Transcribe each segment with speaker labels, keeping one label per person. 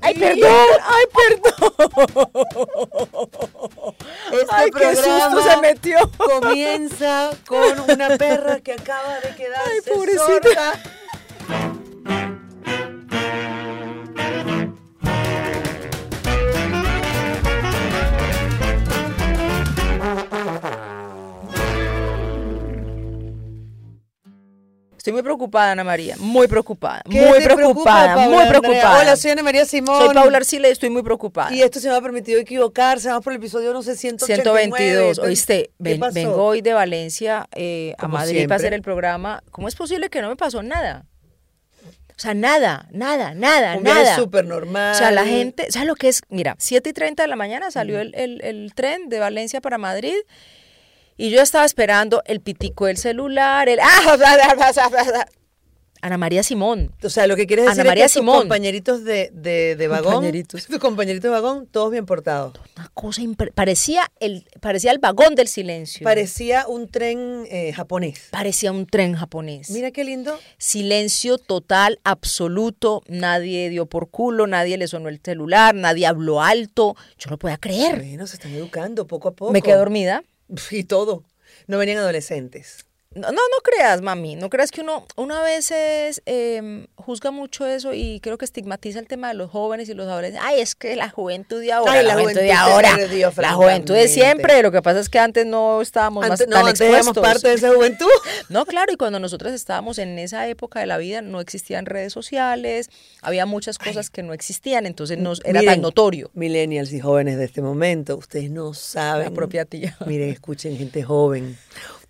Speaker 1: ¡Ay, perdón! ¡Ay, perdón!
Speaker 2: Este
Speaker 1: ¡Ay, qué
Speaker 2: programa
Speaker 1: susto se metió!
Speaker 2: Comienza con una perra que acaba de quedarse
Speaker 1: Ay, pobrecita.
Speaker 2: sorda.
Speaker 1: Estoy muy preocupada, Ana María. Muy preocupada.
Speaker 2: ¿Qué
Speaker 1: Muy
Speaker 2: te preocupa,
Speaker 1: preocupada.
Speaker 2: Paula
Speaker 1: muy
Speaker 2: Andrea?
Speaker 1: preocupada.
Speaker 2: Hola, soy Ana María Simón.
Speaker 1: Soy Paula Arcila y estoy muy preocupada.
Speaker 2: Y esto se me ha permitido equivocarse, vamos por el episodio, no sé, 189.
Speaker 1: 122. Oíste,
Speaker 2: ¿Qué
Speaker 1: ven-
Speaker 2: pasó?
Speaker 1: vengo hoy de Valencia eh, a
Speaker 2: Como
Speaker 1: Madrid
Speaker 2: siempre.
Speaker 1: para hacer el programa. ¿Cómo es posible que no me pasó nada? O sea, nada, nada, nada,
Speaker 2: Hombre,
Speaker 1: nada.
Speaker 2: eres súper normal.
Speaker 1: O sea, la gente, ¿sabes lo que es? Mira, 7 y 30 de la mañana salió
Speaker 2: Mm.
Speaker 1: el, el- el tren de Valencia para Madrid y yo estaba esperando el pitico del celular, el... ah, Ana María Simón.
Speaker 2: O sea, lo que quieres
Speaker 1: Ana
Speaker 2: decir
Speaker 1: María
Speaker 2: es que tus
Speaker 1: Simón.
Speaker 2: compañeritos de, de, de vagón,
Speaker 1: Compañeritos.
Speaker 2: tus compañeritos de vagón, todos bien portados.
Speaker 1: Una cosa impre- parecía el parecía el vagón del silencio.
Speaker 2: Parecía un tren eh, japonés.
Speaker 1: parecía un tren japonés.
Speaker 2: Mira qué lindo.
Speaker 1: Silencio total, absoluto. Nadie dio por culo, nadie le sonó el celular, nadie habló alto. Yo no podía creer.
Speaker 2: Bueno, se están educando poco a poco.
Speaker 1: Me quedé dormida.
Speaker 2: Y todo. No venían adolescentes.
Speaker 1: No, no, no creas, mami. No creas que uno, uno a veces eh, juzga mucho eso y creo que estigmatiza el tema de los jóvenes y los adolescentes. Ay, es que la juventud de ahora.
Speaker 2: Ay,
Speaker 1: la,
Speaker 2: la
Speaker 1: juventud, de
Speaker 2: juventud se
Speaker 1: ahora.
Speaker 2: perdió,
Speaker 1: la juventud de
Speaker 2: francamente.
Speaker 1: siempre. Lo que pasa es que antes no estábamos más
Speaker 2: Antes- no,
Speaker 1: tan
Speaker 2: antes éramos
Speaker 1: expuestos.
Speaker 2: parte de esa juventud.
Speaker 1: No, claro, y cuando nosotros estábamos en esa época de la vida no existían redes sociales, había muchas cosas que no existían, entonces no era
Speaker 2: Miren,
Speaker 1: tan notorio.
Speaker 2: Millennials y jóvenes de este momento, ustedes no saben.
Speaker 1: La propia tía.
Speaker 2: Miren, escuchen gente joven.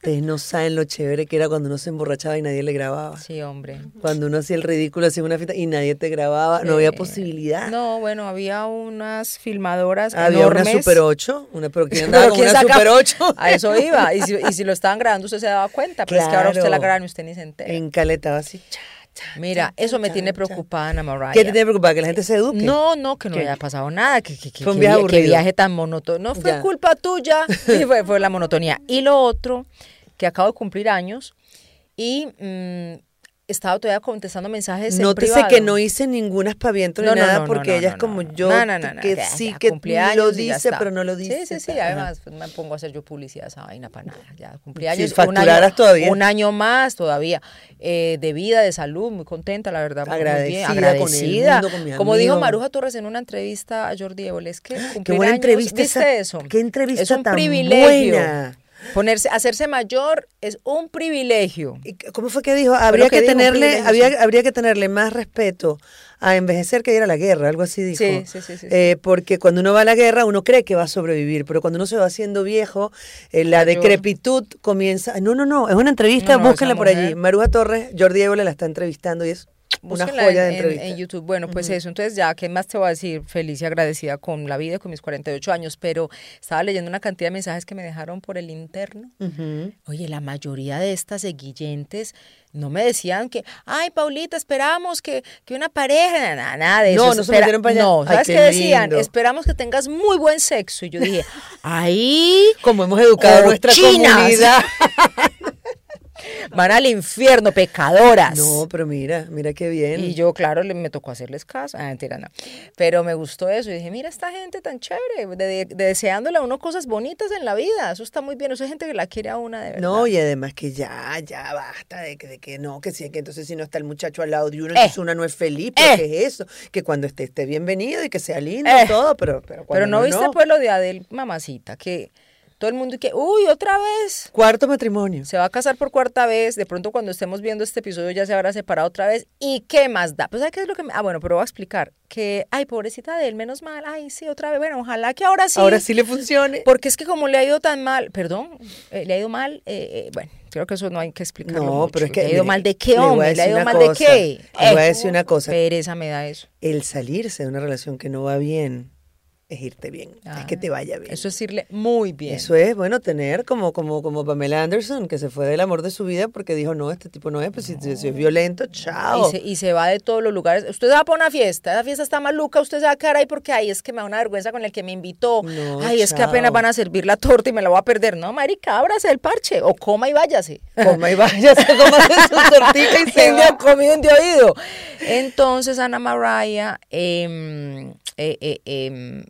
Speaker 2: Ustedes no saben lo chévere que era cuando uno se emborrachaba y nadie le grababa.
Speaker 1: Sí, hombre.
Speaker 2: Cuando uno hacía el ridículo, hacía una fiesta y nadie te grababa. No había posibilidad.
Speaker 1: No, bueno, había unas filmadoras
Speaker 2: había
Speaker 1: enormes.
Speaker 2: una Super 8, una, pero ¿quién andaba
Speaker 1: Pero
Speaker 2: con
Speaker 1: ¿quién
Speaker 2: una
Speaker 1: saca-
Speaker 2: Super 8?
Speaker 1: A eso iba. Y si, y si lo estaban grabando, usted se daba cuenta. Pero es que ahora usted la
Speaker 2: Claro.
Speaker 1: graban y usted ni se entera.
Speaker 2: Encaletaba así. cha, cha,
Speaker 1: Mira,
Speaker 2: cha, cha,
Speaker 1: eso me
Speaker 2: cha,
Speaker 1: tiene
Speaker 2: cha.
Speaker 1: preocupada, Ana Mariah.
Speaker 2: ¿Qué te tiene preocupada? ¿Que la gente se eduque?
Speaker 1: No, no, que no
Speaker 2: ¿Qué?
Speaker 1: haya pasado nada, que, que- que-
Speaker 2: Fue un
Speaker 1: que
Speaker 2: viaje
Speaker 1: vi- que
Speaker 2: aburrido.
Speaker 1: viaje tan monótono. No fue
Speaker 2: Ya.
Speaker 1: culpa tuya, y fue, fue la monotonía. Y lo otro, que acabo de cumplir años y mm, estaba todavía contestando mensajes en
Speaker 2: Nótese
Speaker 1: privado.
Speaker 2: que no hice ningún aspaviento ni
Speaker 1: No, no,
Speaker 2: nada
Speaker 1: no, no,
Speaker 2: porque
Speaker 1: no,
Speaker 2: ella
Speaker 1: no,
Speaker 2: es como
Speaker 1: no.
Speaker 2: yo,
Speaker 1: No, no, no, no,
Speaker 2: que
Speaker 1: ya,
Speaker 2: sí
Speaker 1: ya,
Speaker 2: que
Speaker 1: cumplí años
Speaker 2: lo
Speaker 1: y ya
Speaker 2: dice,
Speaker 1: está.
Speaker 2: pero no lo dice.
Speaker 1: Sí, sí, sí,
Speaker 2: Ajá.
Speaker 1: además pues, me pongo a hacer yo publicidad a esa vaina para nada. Ya cumplí años.
Speaker 2: Si
Speaker 1: un
Speaker 2: facturaras
Speaker 1: año-
Speaker 2: todavía.
Speaker 1: Un año más todavía. eh, de vida, de salud, muy contenta, la verdad. muy bien,
Speaker 2: Agradecida con el
Speaker 1: agradecida.
Speaker 2: mundo, con mi
Speaker 1: Como dijo
Speaker 2: amigo.
Speaker 1: Maruja Torres en una entrevista a Jordi Évole, es que cumplir
Speaker 2: buena
Speaker 1: años,
Speaker 2: entrevista
Speaker 1: ¿viste
Speaker 2: esa-
Speaker 1: eso?
Speaker 2: qué entrevista
Speaker 1: Es un
Speaker 2: tan
Speaker 1: privilegio.
Speaker 2: buena.
Speaker 1: Ponerse, hacerse mayor es un privilegio.
Speaker 2: ¿Y c- ¿Cómo fue que dijo? Habría
Speaker 1: que
Speaker 2: que,
Speaker 1: dijo, un
Speaker 2: tenerle,
Speaker 1: privilegio, sí.
Speaker 2: había, habría que tenerle más respeto a envejecer que ir a la guerra, algo así dijo.
Speaker 1: Sí, sí, sí, sí, sí.
Speaker 2: Eh, porque cuando uno va a la guerra, uno cree que va a sobrevivir, pero cuando uno se va haciendo viejo, eh, la
Speaker 1: Mayor.
Speaker 2: decrepitud comienza. No, no, no, es una entrevista,
Speaker 1: No, no, esa
Speaker 2: búsquenla por allí.
Speaker 1: mujer.
Speaker 2: Maruja Torres, Jordi Évole la está entrevistando y es una
Speaker 1: Búsquenla
Speaker 2: joya
Speaker 1: en,
Speaker 2: de
Speaker 1: en-
Speaker 2: entrevista.
Speaker 1: en YouTube. Bueno, pues eso. Entonces, ya, ¿qué más te voy a decir? Feliz y agradecida con la vida, y con mis 48 años, pero estaba leyendo una cantidad de mensajes que me dejaron por el interno.
Speaker 2: Ujú.
Speaker 1: Oye, la mayoría de estas seguillentes no me decían que, ay, Paulita, esperamos que, que una pareja, na- na- nada, de eso.
Speaker 2: No, no se
Speaker 1: espera-
Speaker 2: metieron para allá.
Speaker 1: No,
Speaker 2: Ay,
Speaker 1: ¿sabes
Speaker 2: qué
Speaker 1: qué decían?
Speaker 2: lindo.
Speaker 1: Esperamos que tengas muy buen sexo. Y yo dije, ay,
Speaker 2: Como hemos educado a nuestra
Speaker 1: Cochinas.
Speaker 2: comunidad.
Speaker 1: van al infierno, pecadoras.
Speaker 2: No, pero mira, mira qué bien.
Speaker 1: Y yo, claro, le- me tocó hacerles caso. Ah, mentira, no. Pero me gustó eso. Y dije, mira, esta gente tan chévere, de- de- deseándole a uno cosas bonitas en la vida. Eso está muy bien. Eso es gente que la quiere a una de verdad.
Speaker 2: No, y además que ya, ya basta de que, de que no, que si, que entonces si no está el muchacho al lado de uno, entonces uno no es feliz, pero
Speaker 1: Eh.
Speaker 2: ¿qué es eso? Que cuando esté, esté bienvenido y que sea lindo
Speaker 1: Eh.
Speaker 2: y todo, pero, pero cuando
Speaker 1: Pero no
Speaker 2: no,
Speaker 1: viste
Speaker 2: no.
Speaker 1: pues lo de Adel, mamacita, que todo el mundo y que, uy, otra vez.
Speaker 2: Cuarto matrimonio.
Speaker 1: Se va a casar por cuarta vez, de pronto cuando estemos viendo este episodio ya se habrá separado otra vez. ¿Y qué más da? Pues ¿sabes qué es lo que me... Ah, bueno, pero voy a explicar. Que, ay, pobrecita de él, menos mal. Ay, sí, otra vez. Bueno, ojalá que ahora sí.
Speaker 2: Ahora sí le funcione.
Speaker 1: Porque es que como le ha ido tan mal, perdón, eh, le ha ido mal, eh, eh, bueno, Creo que eso no hay que explicarlo.
Speaker 2: No,
Speaker 1: mucho.
Speaker 2: pero es que.
Speaker 1: Le ha ido
Speaker 2: mire,
Speaker 1: mal de qué
Speaker 2: le voy a
Speaker 1: hombre, le ha
Speaker 2: decir
Speaker 1: ido
Speaker 2: una
Speaker 1: mal de
Speaker 2: cosa,
Speaker 1: qué.
Speaker 2: Le voy a
Speaker 1: Eh,
Speaker 2: decir una cosa.
Speaker 1: Pereza me da eso.
Speaker 2: El salirse de una relación que no va bien es irte bien. es que te vaya bien.
Speaker 1: Ah, Eso es irle muy bien.
Speaker 2: Eso es, bueno, tener como, como, como Pamela Anderson, que se fue del amor de su vida porque dijo, no, este tipo no es, pues si, si- si es violento, chao.
Speaker 1: Y se, y se va de todos los lugares. Usted se va para una fiesta, esa fiesta está maluca, usted se va a quedar ahí porque ahí es que me da una vergüenza con el que me invitó.
Speaker 2: No,
Speaker 1: Ay, es que apenas
Speaker 2: chao.
Speaker 1: van a servir la torta y me la voy a perder. No, marica, ábrase el parche o coma y váyase.
Speaker 2: Coma y vaya, se coma su tortilla y se
Speaker 1: Un día
Speaker 2: va.
Speaker 1: comido, un día oído. Entonces, Ana Mariah, em, eh, eh, em,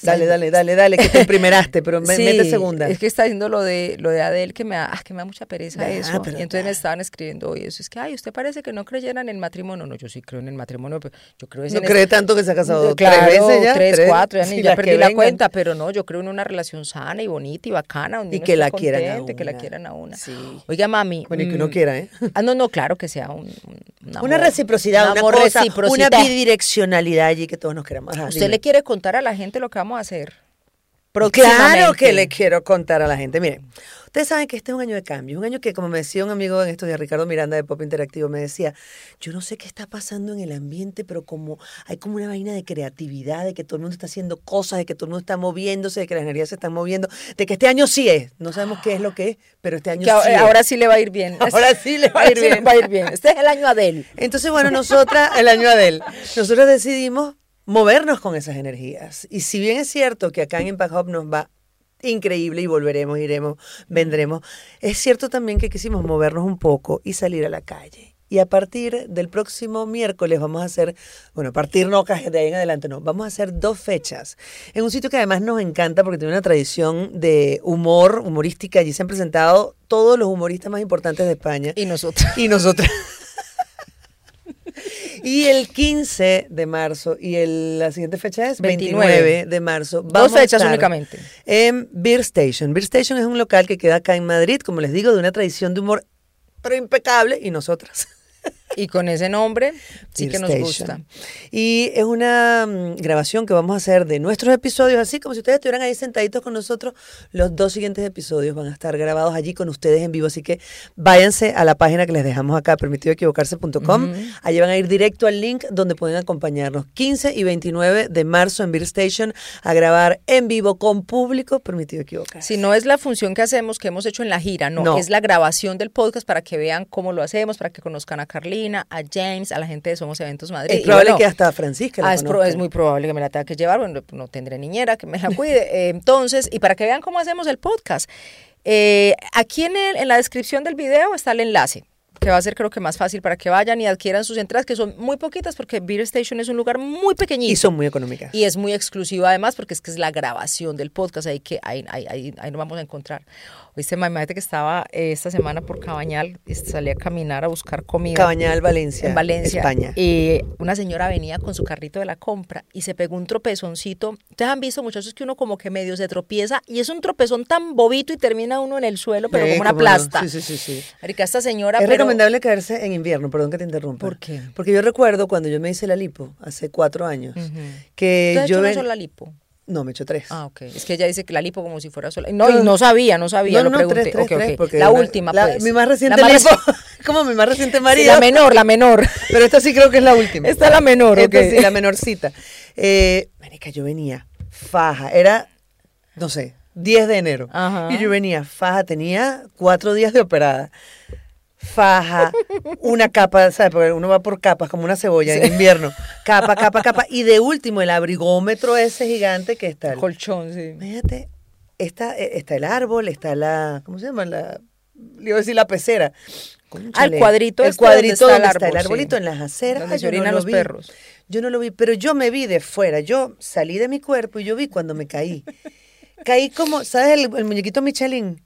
Speaker 2: Dale, dale, dale, dale, que te imprimeraste, pero me-
Speaker 1: Sí,
Speaker 2: mete segunda.
Speaker 1: Es que está diciendo lo de lo de Adele que me da, ah, que me da mucha pereza
Speaker 2: Ah,
Speaker 1: eso.
Speaker 2: pero
Speaker 1: Y entonces me
Speaker 2: ya.
Speaker 1: estaban escribiendo hoy eso. Es que, ay, usted parece que no creyera en el matrimonio. No, yo sí creo en el matrimonio, pero yo creo es
Speaker 2: No
Speaker 1: en
Speaker 2: cree tanto que se ha casado
Speaker 1: No, claro,
Speaker 2: tres veces ya.
Speaker 1: tres, cuatro, ya,
Speaker 2: sí,
Speaker 1: ni- ya
Speaker 2: las que
Speaker 1: perdí la
Speaker 2: vengan.
Speaker 1: cuenta, pero no, yo creo en una relación sana y bonita y bacana. donde
Speaker 2: Y
Speaker 1: uno
Speaker 2: que
Speaker 1: esté
Speaker 2: la quieran a
Speaker 1: contento y que la
Speaker 2: una.
Speaker 1: quieran a una.
Speaker 2: Sí.
Speaker 1: Oiga, mami.
Speaker 2: Bueno, y que
Speaker 1: mm,
Speaker 2: uno quiera, ¿eh?
Speaker 1: Ah, no, no, claro que sea un, un- un
Speaker 2: Una
Speaker 1: amor-
Speaker 2: reciprocidad,
Speaker 1: un
Speaker 2: una,
Speaker 1: amor
Speaker 2: cosa,
Speaker 1: reciprocidad.
Speaker 2: una bidireccionalidad allí que todos nos queremos. Ajá,
Speaker 1: Usted
Speaker 2: dime.
Speaker 1: le quiere contar a la gente lo que vamos a hacer.
Speaker 2: Claro
Speaker 1: próximamente?
Speaker 2: que le quiero contar a la gente. Miren, ustedes saben que este es un año de cambio, un año que, como me decía un amigo en estos días, Ricardo Miranda de Pop Interactivo, me decía, yo no sé qué está pasando en el ambiente, pero como hay como una vaina de creatividad, de que todo el mundo está haciendo cosas, de que todo el mundo está moviéndose, de que las energías se están moviendo, de que este año sí es. No sabemos qué es lo que es, pero este año
Speaker 1: Que ahora,
Speaker 2: sí es.
Speaker 1: ahora sí le va a ir bien.
Speaker 2: Ahora sí le va a
Speaker 1: Ahora
Speaker 2: ir
Speaker 1: sí le
Speaker 2: bien.
Speaker 1: va a ir bien. Este es el año Adel.
Speaker 2: Entonces, bueno, nosotras, el año Adel, nosotros decidimos movernos con esas energías. Y si bien es cierto que acá en Impact Hub nos va increíble y volveremos, iremos, vendremos, es cierto también que quisimos movernos un poco y salir a la calle. Y a partir del próximo miércoles vamos a hacer, bueno, a partir no, ca- de ahí en adelante no, vamos a hacer dos fechas. En un sitio que además nos encanta porque tiene una tradición de humor, humorística. Allí se han presentado todos los humoristas más importantes de España.
Speaker 1: Y nosotros.
Speaker 2: Y nosotras. Y el 15 de marzo y el- la siguiente fecha es 29,
Speaker 1: 29
Speaker 2: de marzo.
Speaker 1: Dos
Speaker 2: a
Speaker 1: fechas
Speaker 2: estar
Speaker 1: únicamente.
Speaker 2: En Beer Station. Beer Station es un local que queda acá en Madrid, como les digo, de una tradición de humor pero impecable y nosotras.
Speaker 1: Y con ese nombre sí
Speaker 2: Beer
Speaker 1: que nos gusta.
Speaker 2: Station. Y es una mm, grabación que vamos a hacer de nuestros episodios, así como si ustedes estuvieran ahí sentaditos con nosotros. Los dos siguientes episodios van a estar grabados allí con ustedes en vivo, así que váyanse a la página que les dejamos acá, permitidoequivocarse.com. Allí van a ir directo al link donde pueden acompañarnos 15 y 29 de marzo en Beer Station a grabar en vivo con público permitido equivocarse.
Speaker 1: Si no es la función que hacemos, que hemos hecho en la gira, no,
Speaker 2: No.
Speaker 1: es la grabación del podcast para que vean cómo lo hacemos, para que conozcan a Carlina, a James, a la gente de Somos Eventos Madrid.
Speaker 2: Es
Speaker 1: Y
Speaker 2: probable
Speaker 1: bueno,
Speaker 2: que hasta Francisca la
Speaker 1: Ah, es, pro-
Speaker 2: conozcan.
Speaker 1: es muy probable que me la tenga que llevar, bueno, no tendré niñera que me la cuide. Eh, entonces, y para que vean cómo hacemos el podcast, eh, aquí en, el- en la descripción del video está el enlace que va a ser creo que más fácil para que vayan y adquieran sus entradas, que son muy poquitas porque Beer Station es un lugar muy pequeñito.
Speaker 2: y son muy económicas.
Speaker 1: Y es muy exclusivo además porque es que es la grabación del podcast, ahí que ahí, ahí, ahí, ahí nos vamos a encontrar. Oíste, ma, imagínate que estaba eh, esta semana por Cabañal, y salí a caminar a buscar comida.
Speaker 2: Cabañal, Valencia,
Speaker 1: En Valencia.
Speaker 2: España.
Speaker 1: Eh, una señora venía con su carrito de la compra y se pegó un tropezoncito. Ustedes han visto, muchachos, que uno como que medio se tropieza y es un tropezón tan bobito y termina uno en el suelo, pero
Speaker 2: Sí,
Speaker 1: como una
Speaker 2: Eh, cómo no.
Speaker 1: plasta.
Speaker 2: Sí, sí, sí, sí.
Speaker 1: Marica, esta señora.
Speaker 2: Es
Speaker 1: pero-
Speaker 2: recomendable caerse en invierno, perdón que te interrumpa.
Speaker 1: ¿Por qué?
Speaker 2: Porque yo recuerdo cuando yo me hice la lipo, hace cuatro años,
Speaker 1: ¿Tú
Speaker 2: que
Speaker 1: has hecho
Speaker 2: yo...
Speaker 1: una
Speaker 2: ven-
Speaker 1: sola lipo?
Speaker 2: No, me he hecho tres.
Speaker 1: Ah, ok. Es que ella dice que la lipo como si fuera sola. No, y no sabía, no sabía, pues lo pregunté.
Speaker 2: tres, tres,
Speaker 1: Ok, ok.
Speaker 2: tres, porque
Speaker 1: la
Speaker 2: una-
Speaker 1: última,
Speaker 2: la-
Speaker 1: pues.
Speaker 2: Mi más reciente
Speaker 1: La más
Speaker 2: lipo,
Speaker 1: reci-
Speaker 2: como mi más reciente
Speaker 1: Sí,
Speaker 2: marido.
Speaker 1: la menor, la menor.
Speaker 2: Pero esta sí creo que es la última.
Speaker 1: Esta es la menor,
Speaker 2: Esta
Speaker 1: ok.
Speaker 2: sí, la menorcita. Eh, marica, yo venía faja. Era, no sé, 10 de enero.
Speaker 1: Ajá.
Speaker 2: Y yo venía faja. Tenía cuatro días de operada. Faja, una capa, ¿sabes? Porque uno va por capas, como una cebolla en invierno. Capa, capa, capa. Y de último, el abrigómetro ese gigante que está. el-
Speaker 1: Colchón, sí.
Speaker 2: Imagínate, está, eh, está el árbol, está la. ¿Cómo se llama? La, le iba a decir la pecera. Cónchale,
Speaker 1: cuadrito
Speaker 2: El
Speaker 1: este donde
Speaker 2: cuadrito
Speaker 1: está el
Speaker 2: donde está el
Speaker 1: árbol,
Speaker 2: arbolito
Speaker 1: sí.
Speaker 2: en las aceras.
Speaker 1: Donde
Speaker 2: Ay,
Speaker 1: se
Speaker 2: yo no
Speaker 1: orinan
Speaker 2: lo
Speaker 1: los
Speaker 2: vi.
Speaker 1: perros.
Speaker 2: Yo no lo vi, pero yo me vi de fuera. Yo salí de mi cuerpo y yo vi cuando me caí. caí como, ¿sabes? El, el muñequito Michelin.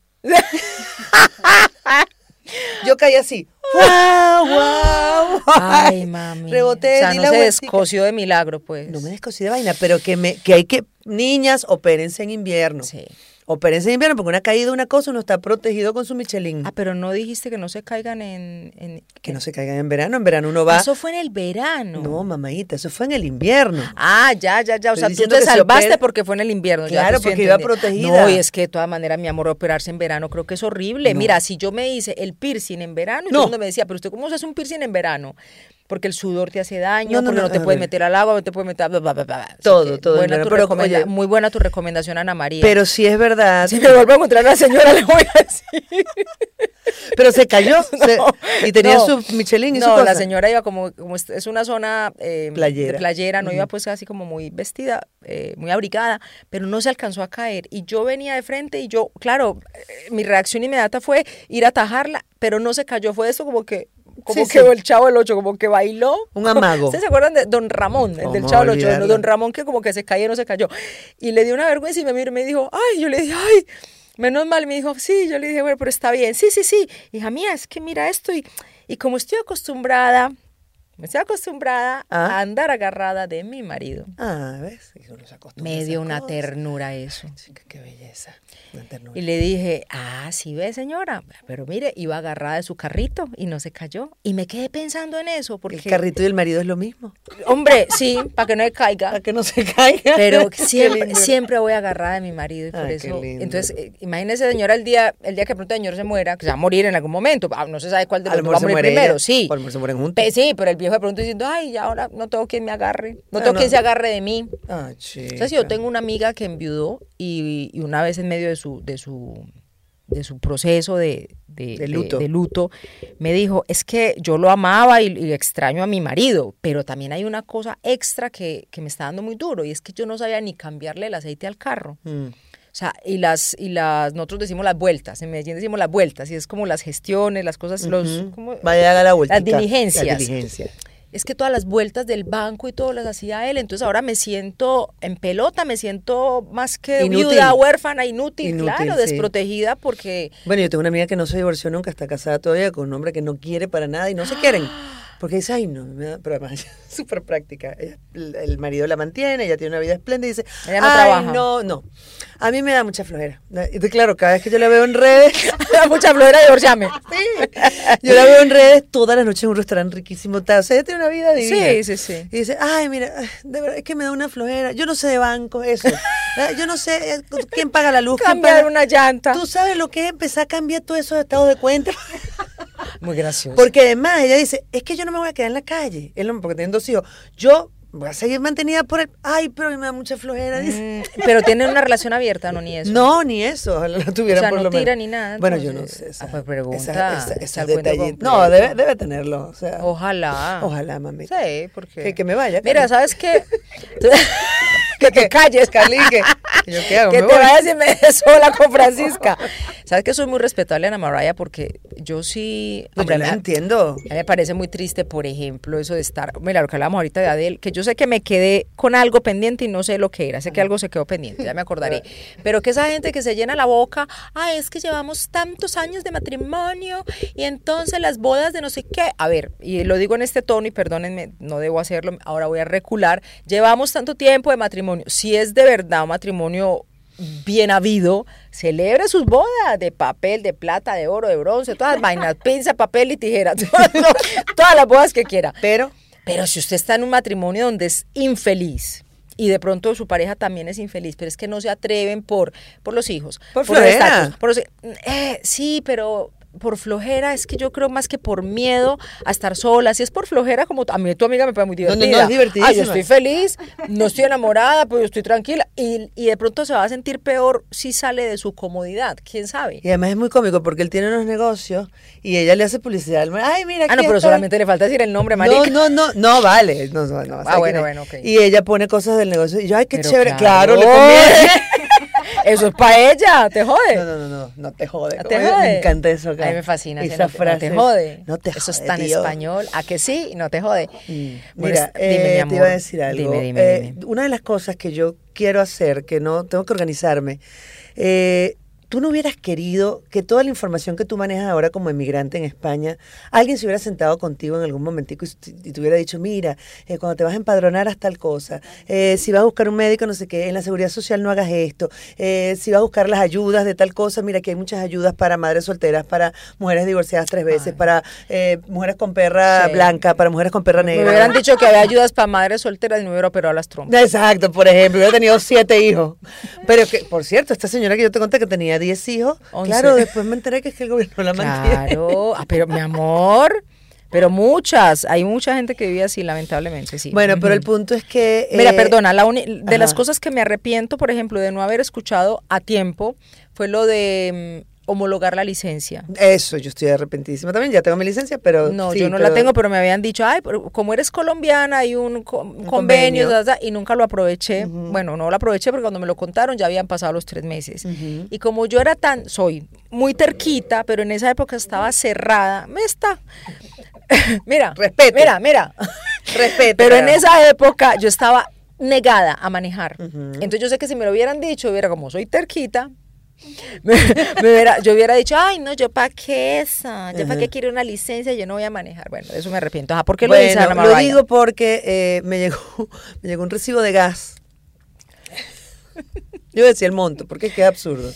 Speaker 2: yo caí así. ¡Wow! ¡Wow!
Speaker 1: Ah, Ay, mami.
Speaker 2: Reboté,
Speaker 1: O sea,
Speaker 2: di
Speaker 1: no
Speaker 2: la
Speaker 1: se
Speaker 2: vueltica.
Speaker 1: descoció de milagro, pues.
Speaker 2: No me descosí de vaina, pero que me que hay que niñas opérense en invierno.
Speaker 1: Sí.
Speaker 2: Opérense en invierno porque una caída, una cosa, uno está protegido con su Michelin.
Speaker 1: Ah, pero no dijiste que no se caigan en... en-
Speaker 2: que no se caigan en verano. En verano uno va.
Speaker 1: Eso fue en el verano.
Speaker 2: No, mamadita, eso fue en el invierno.
Speaker 1: Ah, ya, ya, ya. O
Speaker 2: Estoy
Speaker 1: sea, tú
Speaker 2: diciendo
Speaker 1: te
Speaker 2: que se
Speaker 1: salvaste
Speaker 2: opera-
Speaker 1: porque fue en el invierno. ya
Speaker 2: Claro,
Speaker 1: te estoy
Speaker 2: porque iba
Speaker 1: entendiendo.
Speaker 2: protegida.
Speaker 1: No, y es que de todas maneras, mi amor, operarse en verano creo que es horrible.
Speaker 2: No.
Speaker 1: Mira, si yo me hice el piercing en verano, y
Speaker 2: No.
Speaker 1: todo el mundo me decía, pero usted cómo se hace un piercing en verano? Porque el sudor te hace daño,
Speaker 2: No, no,
Speaker 1: porque no,
Speaker 2: no,
Speaker 1: te
Speaker 2: a
Speaker 1: puedes
Speaker 2: ver.
Speaker 1: meter al agua, no te puedes meter... bla, bla, bla, bla. Así
Speaker 2: Todo,
Speaker 1: que
Speaker 2: todo en
Speaker 1: buena
Speaker 2: verano,
Speaker 1: tu
Speaker 2: pero,
Speaker 1: recomenda-
Speaker 2: oye-
Speaker 1: muy buena tu recomendación, Ana María.
Speaker 2: Pero sí es verdad.
Speaker 1: si me vuelvo a encontrar a la señora, le voy a decir.
Speaker 2: Pero se cayó. se-
Speaker 1: No,
Speaker 2: y tenía
Speaker 1: no.
Speaker 2: su Michelin y
Speaker 1: no,
Speaker 2: su cosa.
Speaker 1: la señora iba como, como es- es una zona eh,
Speaker 2: Playera.
Speaker 1: de playera, no iba pues así como muy vestida, eh, muy abrigada, pero no se alcanzó a caer. Y yo venía de frente y yo, claro, eh, mi reacción inmediata fue ir a atajarla, pero no se cayó, fue eso como que... Como
Speaker 2: Sí,
Speaker 1: que
Speaker 2: sí.
Speaker 1: el chavo del 8, como que bailó.
Speaker 2: Un amago.
Speaker 1: ¿Ustedes se acuerdan de Don Ramón, el del
Speaker 2: ¿Cómo
Speaker 1: chavo del 8?
Speaker 2: olvidarlo?
Speaker 1: Don Ramón que como que se cayó, no se cayó. Y le dio una vergüenza y me miró y me dijo, ay, yo le dije, ay, menos mal. Me dijo, sí, yo le dije, bueno, pero está bien. Sí, sí, sí. Hija mía, es que mira esto y, y como estoy acostumbrada, me estoy acostumbrada
Speaker 2: Ah.
Speaker 1: a andar agarrada de mi marido.
Speaker 2: Ah, ¿ves? Y uno se acostumbra a
Speaker 1: Me
Speaker 2: esas
Speaker 1: dio una
Speaker 2: cosas.
Speaker 1: ternura eso.
Speaker 2: Chica, qué belleza. Una ternura.
Speaker 1: Y le dije, ah, sí ve, señora, pero mire, iba agarrada de su carrito y no se cayó. Y me quedé pensando en eso, porque,
Speaker 2: El carrito y el marido es lo mismo.
Speaker 1: hombre, sí, para que no le caiga.
Speaker 2: Para que no se caiga.
Speaker 1: pero
Speaker 2: Qué
Speaker 1: siempre,
Speaker 2: lindo.
Speaker 1: siempre voy agarrada de mi marido y por
Speaker 2: Ay, qué
Speaker 1: eso
Speaker 2: lindo.
Speaker 1: entonces eh, imagínese señora el día el día que pronto el señor se muera que se va a morir en algún momento ah, no se sabe cuál de
Speaker 2: A
Speaker 1: los
Speaker 2: lo
Speaker 1: dos va a
Speaker 2: mejor se
Speaker 1: morir
Speaker 2: muere
Speaker 1: primero
Speaker 2: ella,
Speaker 1: sí
Speaker 2: o a lo mejor se mueren juntos.
Speaker 1: Pe- sí pero el viejo de pronto diciendo ay ya ahora no tengo quien me agarre no
Speaker 2: Ah,
Speaker 1: tengo
Speaker 2: no.
Speaker 1: quien se agarre de mí
Speaker 2: Ah,
Speaker 1: entonces yo
Speaker 2: chica.
Speaker 1: tengo una amiga que enviudó y, y una vez en medio de su de su de su proceso de, de-
Speaker 2: De
Speaker 1: de-
Speaker 2: luto.
Speaker 1: de luto, me dijo, es que yo lo amaba y, y extraño a mi marido, pero también hay una cosa extra que, que me está dando muy duro, y es que yo no sabía ni cambiarle el aceite al carro.
Speaker 2: Mm.
Speaker 1: O sea, y las, y las, nosotros decimos las vueltas, en Medellín decimos las vueltas, y es como las gestiones, las cosas, los,
Speaker 2: Ujú.
Speaker 1: ¿cómo?
Speaker 2: Vaya, haga la vuelta.
Speaker 1: las diligencias.
Speaker 2: Las diligencias.
Speaker 1: es que todas las vueltas del banco y todo las hacía él, entonces ahora me siento en pelota, me siento más que
Speaker 2: Inútil.
Speaker 1: viuda, huérfana, inútil,
Speaker 2: Inútil,
Speaker 1: claro,
Speaker 2: sí.
Speaker 1: desprotegida, porque
Speaker 2: Bueno, yo tengo una amiga que no se divorció nunca, está casada todavía con un hombre que no quiere para nada y no se quieren. Porque dice, ay, no, me da- pero además ella es súper práctica. Ella- El, el marido la mantiene, ella tiene una vida espléndida y dice,
Speaker 1: Ella no
Speaker 2: ay,
Speaker 1: trabaja".
Speaker 2: no, no. A mí me da mucha flojera. Y te- claro, cada vez que yo la veo en redes,
Speaker 1: da mucha flojera divorciarme.
Speaker 2: yo la veo en redes todas las noches en un restaurante riquísimo. tal. O sea, ella tiene una vida divina.
Speaker 1: Sí, sí, sí.
Speaker 2: Y dice, ay, mira, ay, de verdad es que me da una flojera. Yo no sé de banco, eso. Eh, Yo no sé eh, quién paga la luz. quién
Speaker 1: Cambiar
Speaker 2: paga-
Speaker 1: una llanta.
Speaker 2: Tú sabes lo que es empezar a cambiar todos esos estados de cuenta.
Speaker 1: Muy gracioso.
Speaker 2: Porque además ella dice, es que yo no me voy a quedar en la calle, el hombre, porque tienen dos hijos. Yo voy a seguir mantenida por él. Ay, pero me da mucha flojera. Dice.
Speaker 1: Mm, pero tienen una relación abierta, no ni eso.
Speaker 2: No, ni eso, ojalá la tuvieran
Speaker 1: O sea,
Speaker 2: por
Speaker 1: no
Speaker 2: lo menos.
Speaker 1: tira ni nada,
Speaker 2: Bueno, yo no
Speaker 1: entonces.
Speaker 2: sé.
Speaker 1: Ah, pues pregunta,
Speaker 2: esa-
Speaker 1: echa
Speaker 2: esos
Speaker 1: el cuento
Speaker 2: detalles.
Speaker 1: completo.
Speaker 2: No, debe, debe tenerlo. O sea,
Speaker 1: Ojalá.
Speaker 2: Ojalá, mami.
Speaker 1: Sí, porque.
Speaker 2: Que- que me vaya,
Speaker 1: Mira,
Speaker 2: Cali.
Speaker 1: ¿sabes qué? que te calles,
Speaker 2: Cali, que- ¿yo qué hago?
Speaker 1: Que
Speaker 2: ¿Me
Speaker 1: te
Speaker 2: voy?
Speaker 1: vayas y me dejes sola con Francisca. ¿Sabes que soy muy respetable a Ana Maraya? Porque yo sí.
Speaker 2: No,
Speaker 1: hombre,
Speaker 2: yo la
Speaker 1: me-
Speaker 2: entiendo.
Speaker 1: a mí me parece muy triste, por ejemplo, eso de estar, mira, lo que hablábamos ahorita de Adele, que yo sé que me quedé con algo pendiente y no sé lo que era, sé que algo se quedó pendiente, ya me acordaré, pero que esa gente que se llena la boca, ah, es que llevamos tantos años de matrimonio y entonces las bodas de no sé qué, a ver, y lo digo en este tono y perdónenme, no debo hacerlo, ahora voy a recular, llevamos tanto tiempo de matrimonio, si es de verdad un matrimonio bien habido, celebre sus bodas de papel, de plata, de oro, de bronce, todas las vainas, pinza, papel y tijera, todas, todas las bodas que quiera.
Speaker 2: Pero,
Speaker 1: Pero si usted está en un matrimonio donde es infeliz y de pronto su pareja también es infeliz, pero es que no se atreven por, por los hijos,
Speaker 2: Por
Speaker 1: los
Speaker 2: flojera.
Speaker 1: estatus, por los- eh, sí, pero por flojera es que yo creo más que por miedo a estar sola. Si es por flojera, como a mí tu amiga me parece muy
Speaker 2: no,
Speaker 1: divertida.
Speaker 2: no, es
Speaker 1: Ah, yo
Speaker 2: divertidísima.
Speaker 1: estoy feliz, no estoy enamorada, pero yo estoy tranquila. Y, y de pronto se va a sentir peor si sale de su comodidad, quién sabe.
Speaker 2: y además es muy cómico porque él tiene unos negocios y ella le hace publicidad. al mar- Ay, mira,
Speaker 1: Ah, no,
Speaker 2: aquí
Speaker 1: pero
Speaker 2: estoy.
Speaker 1: solamente le falta decir el nombre, marica.
Speaker 2: No, no, no, no vale. No, no, no, o sea,
Speaker 1: Ah, bueno,
Speaker 2: que-
Speaker 1: bueno, ok.
Speaker 2: Y ella pone cosas del negocio. Y yo, ay, qué
Speaker 1: Pero
Speaker 2: chévere. Claro, le conviene.
Speaker 1: Eso es para ella, te jode.
Speaker 2: No, no, no, no, no te jode.
Speaker 1: ¿Te
Speaker 2: como es-
Speaker 1: jode?
Speaker 2: Me encanta eso acá.
Speaker 1: A mí me fascina. ese
Speaker 2: Esa
Speaker 1: no, te- no
Speaker 2: frase.
Speaker 1: te jode.
Speaker 2: No te jode.
Speaker 1: Eso es tan
Speaker 2: tío.
Speaker 1: español. ¿A que sí? No te jode. Bueno,
Speaker 2: Mira,
Speaker 1: es- dime, mi
Speaker 2: eh,
Speaker 1: amor.
Speaker 2: te iba a decir algo.
Speaker 1: Dime, dime,
Speaker 2: Eh,
Speaker 1: dime.
Speaker 2: Una de las cosas que yo quiero hacer, que no tengo que organizarme, eh, tú no hubieras querido que toda la información que tú manejas ahora como emigrante en España, alguien se hubiera sentado contigo en algún momentico y, te- y te hubiera dicho, mira, eh, cuando te vas a empadronar haz tal cosa, eh, si vas a buscar un médico, no sé qué, en la seguridad social no hagas esto, eh, si vas a buscar las ayudas de tal cosa, mira, aquí hay muchas ayudas para madres solteras, para mujeres divorciadas tres veces,
Speaker 1: Ay.
Speaker 2: para eh, mujeres con perra
Speaker 1: Sí.
Speaker 2: blanca, para mujeres con perra
Speaker 1: Me
Speaker 2: negra.
Speaker 1: hubieran dicho que había ayudas para madres solteras y no hubiera operado las trompas.
Speaker 2: Exacto, por ejemplo, hubiera tenido siete hijos. Pero que, por cierto, esta señora que yo te conté que tenía diez hijos,
Speaker 1: Once.
Speaker 2: claro, después me enteré que es que el gobierno la mantiene.
Speaker 1: Claro, ah, pero mi amor, pero muchas, hay mucha gente que vive así, lamentablemente, sí.
Speaker 2: Bueno, pero el
Speaker 1: Ujú.
Speaker 2: punto es que. eh,
Speaker 1: Mira, perdona, la uni- de las
Speaker 2: ajá.
Speaker 1: cosas que me arrepiento, por ejemplo, de no haber escuchado a tiempo, fue lo de mm, homologar la licencia.
Speaker 2: Eso, yo estoy arrepentísima también, ya tengo mi licencia, pero.
Speaker 1: No,
Speaker 2: sí,
Speaker 1: yo no la
Speaker 2: pero-
Speaker 1: tengo, pero me habían dicho, ay, pero como eres colombiana, hay un, co- convenio,
Speaker 2: convenio.
Speaker 1: ta, ta", y nunca lo aproveché. Bueno, no lo aproveché porque cuando me lo contaron ya habían pasado los tres meses. Y como yo era tan, soy muy terquita, pero en esa época estaba cerrada, me está. mira,
Speaker 2: Respete.
Speaker 1: Mira, mira.
Speaker 2: Respete,
Speaker 1: Pero en
Speaker 2: claro.
Speaker 1: esa época yo estaba negada a manejar. Entonces yo sé que si me lo hubieran dicho, hubiera como soy terquita. me- me hubiera- yo hubiera dicho, ay, no, yo pa' qué esa, yo pa' qué quiero una licencia, yo no voy a manejar. Bueno, de eso me arrepiento. Ajá, ¿Por qué lo dice
Speaker 2: Bueno,
Speaker 1: Ana
Speaker 2: lo
Speaker 1: Mariah?
Speaker 2: digo porque eh, me, llegó, me llegó un recibo de gas. Yo decía el monto, porque es que es absurdo.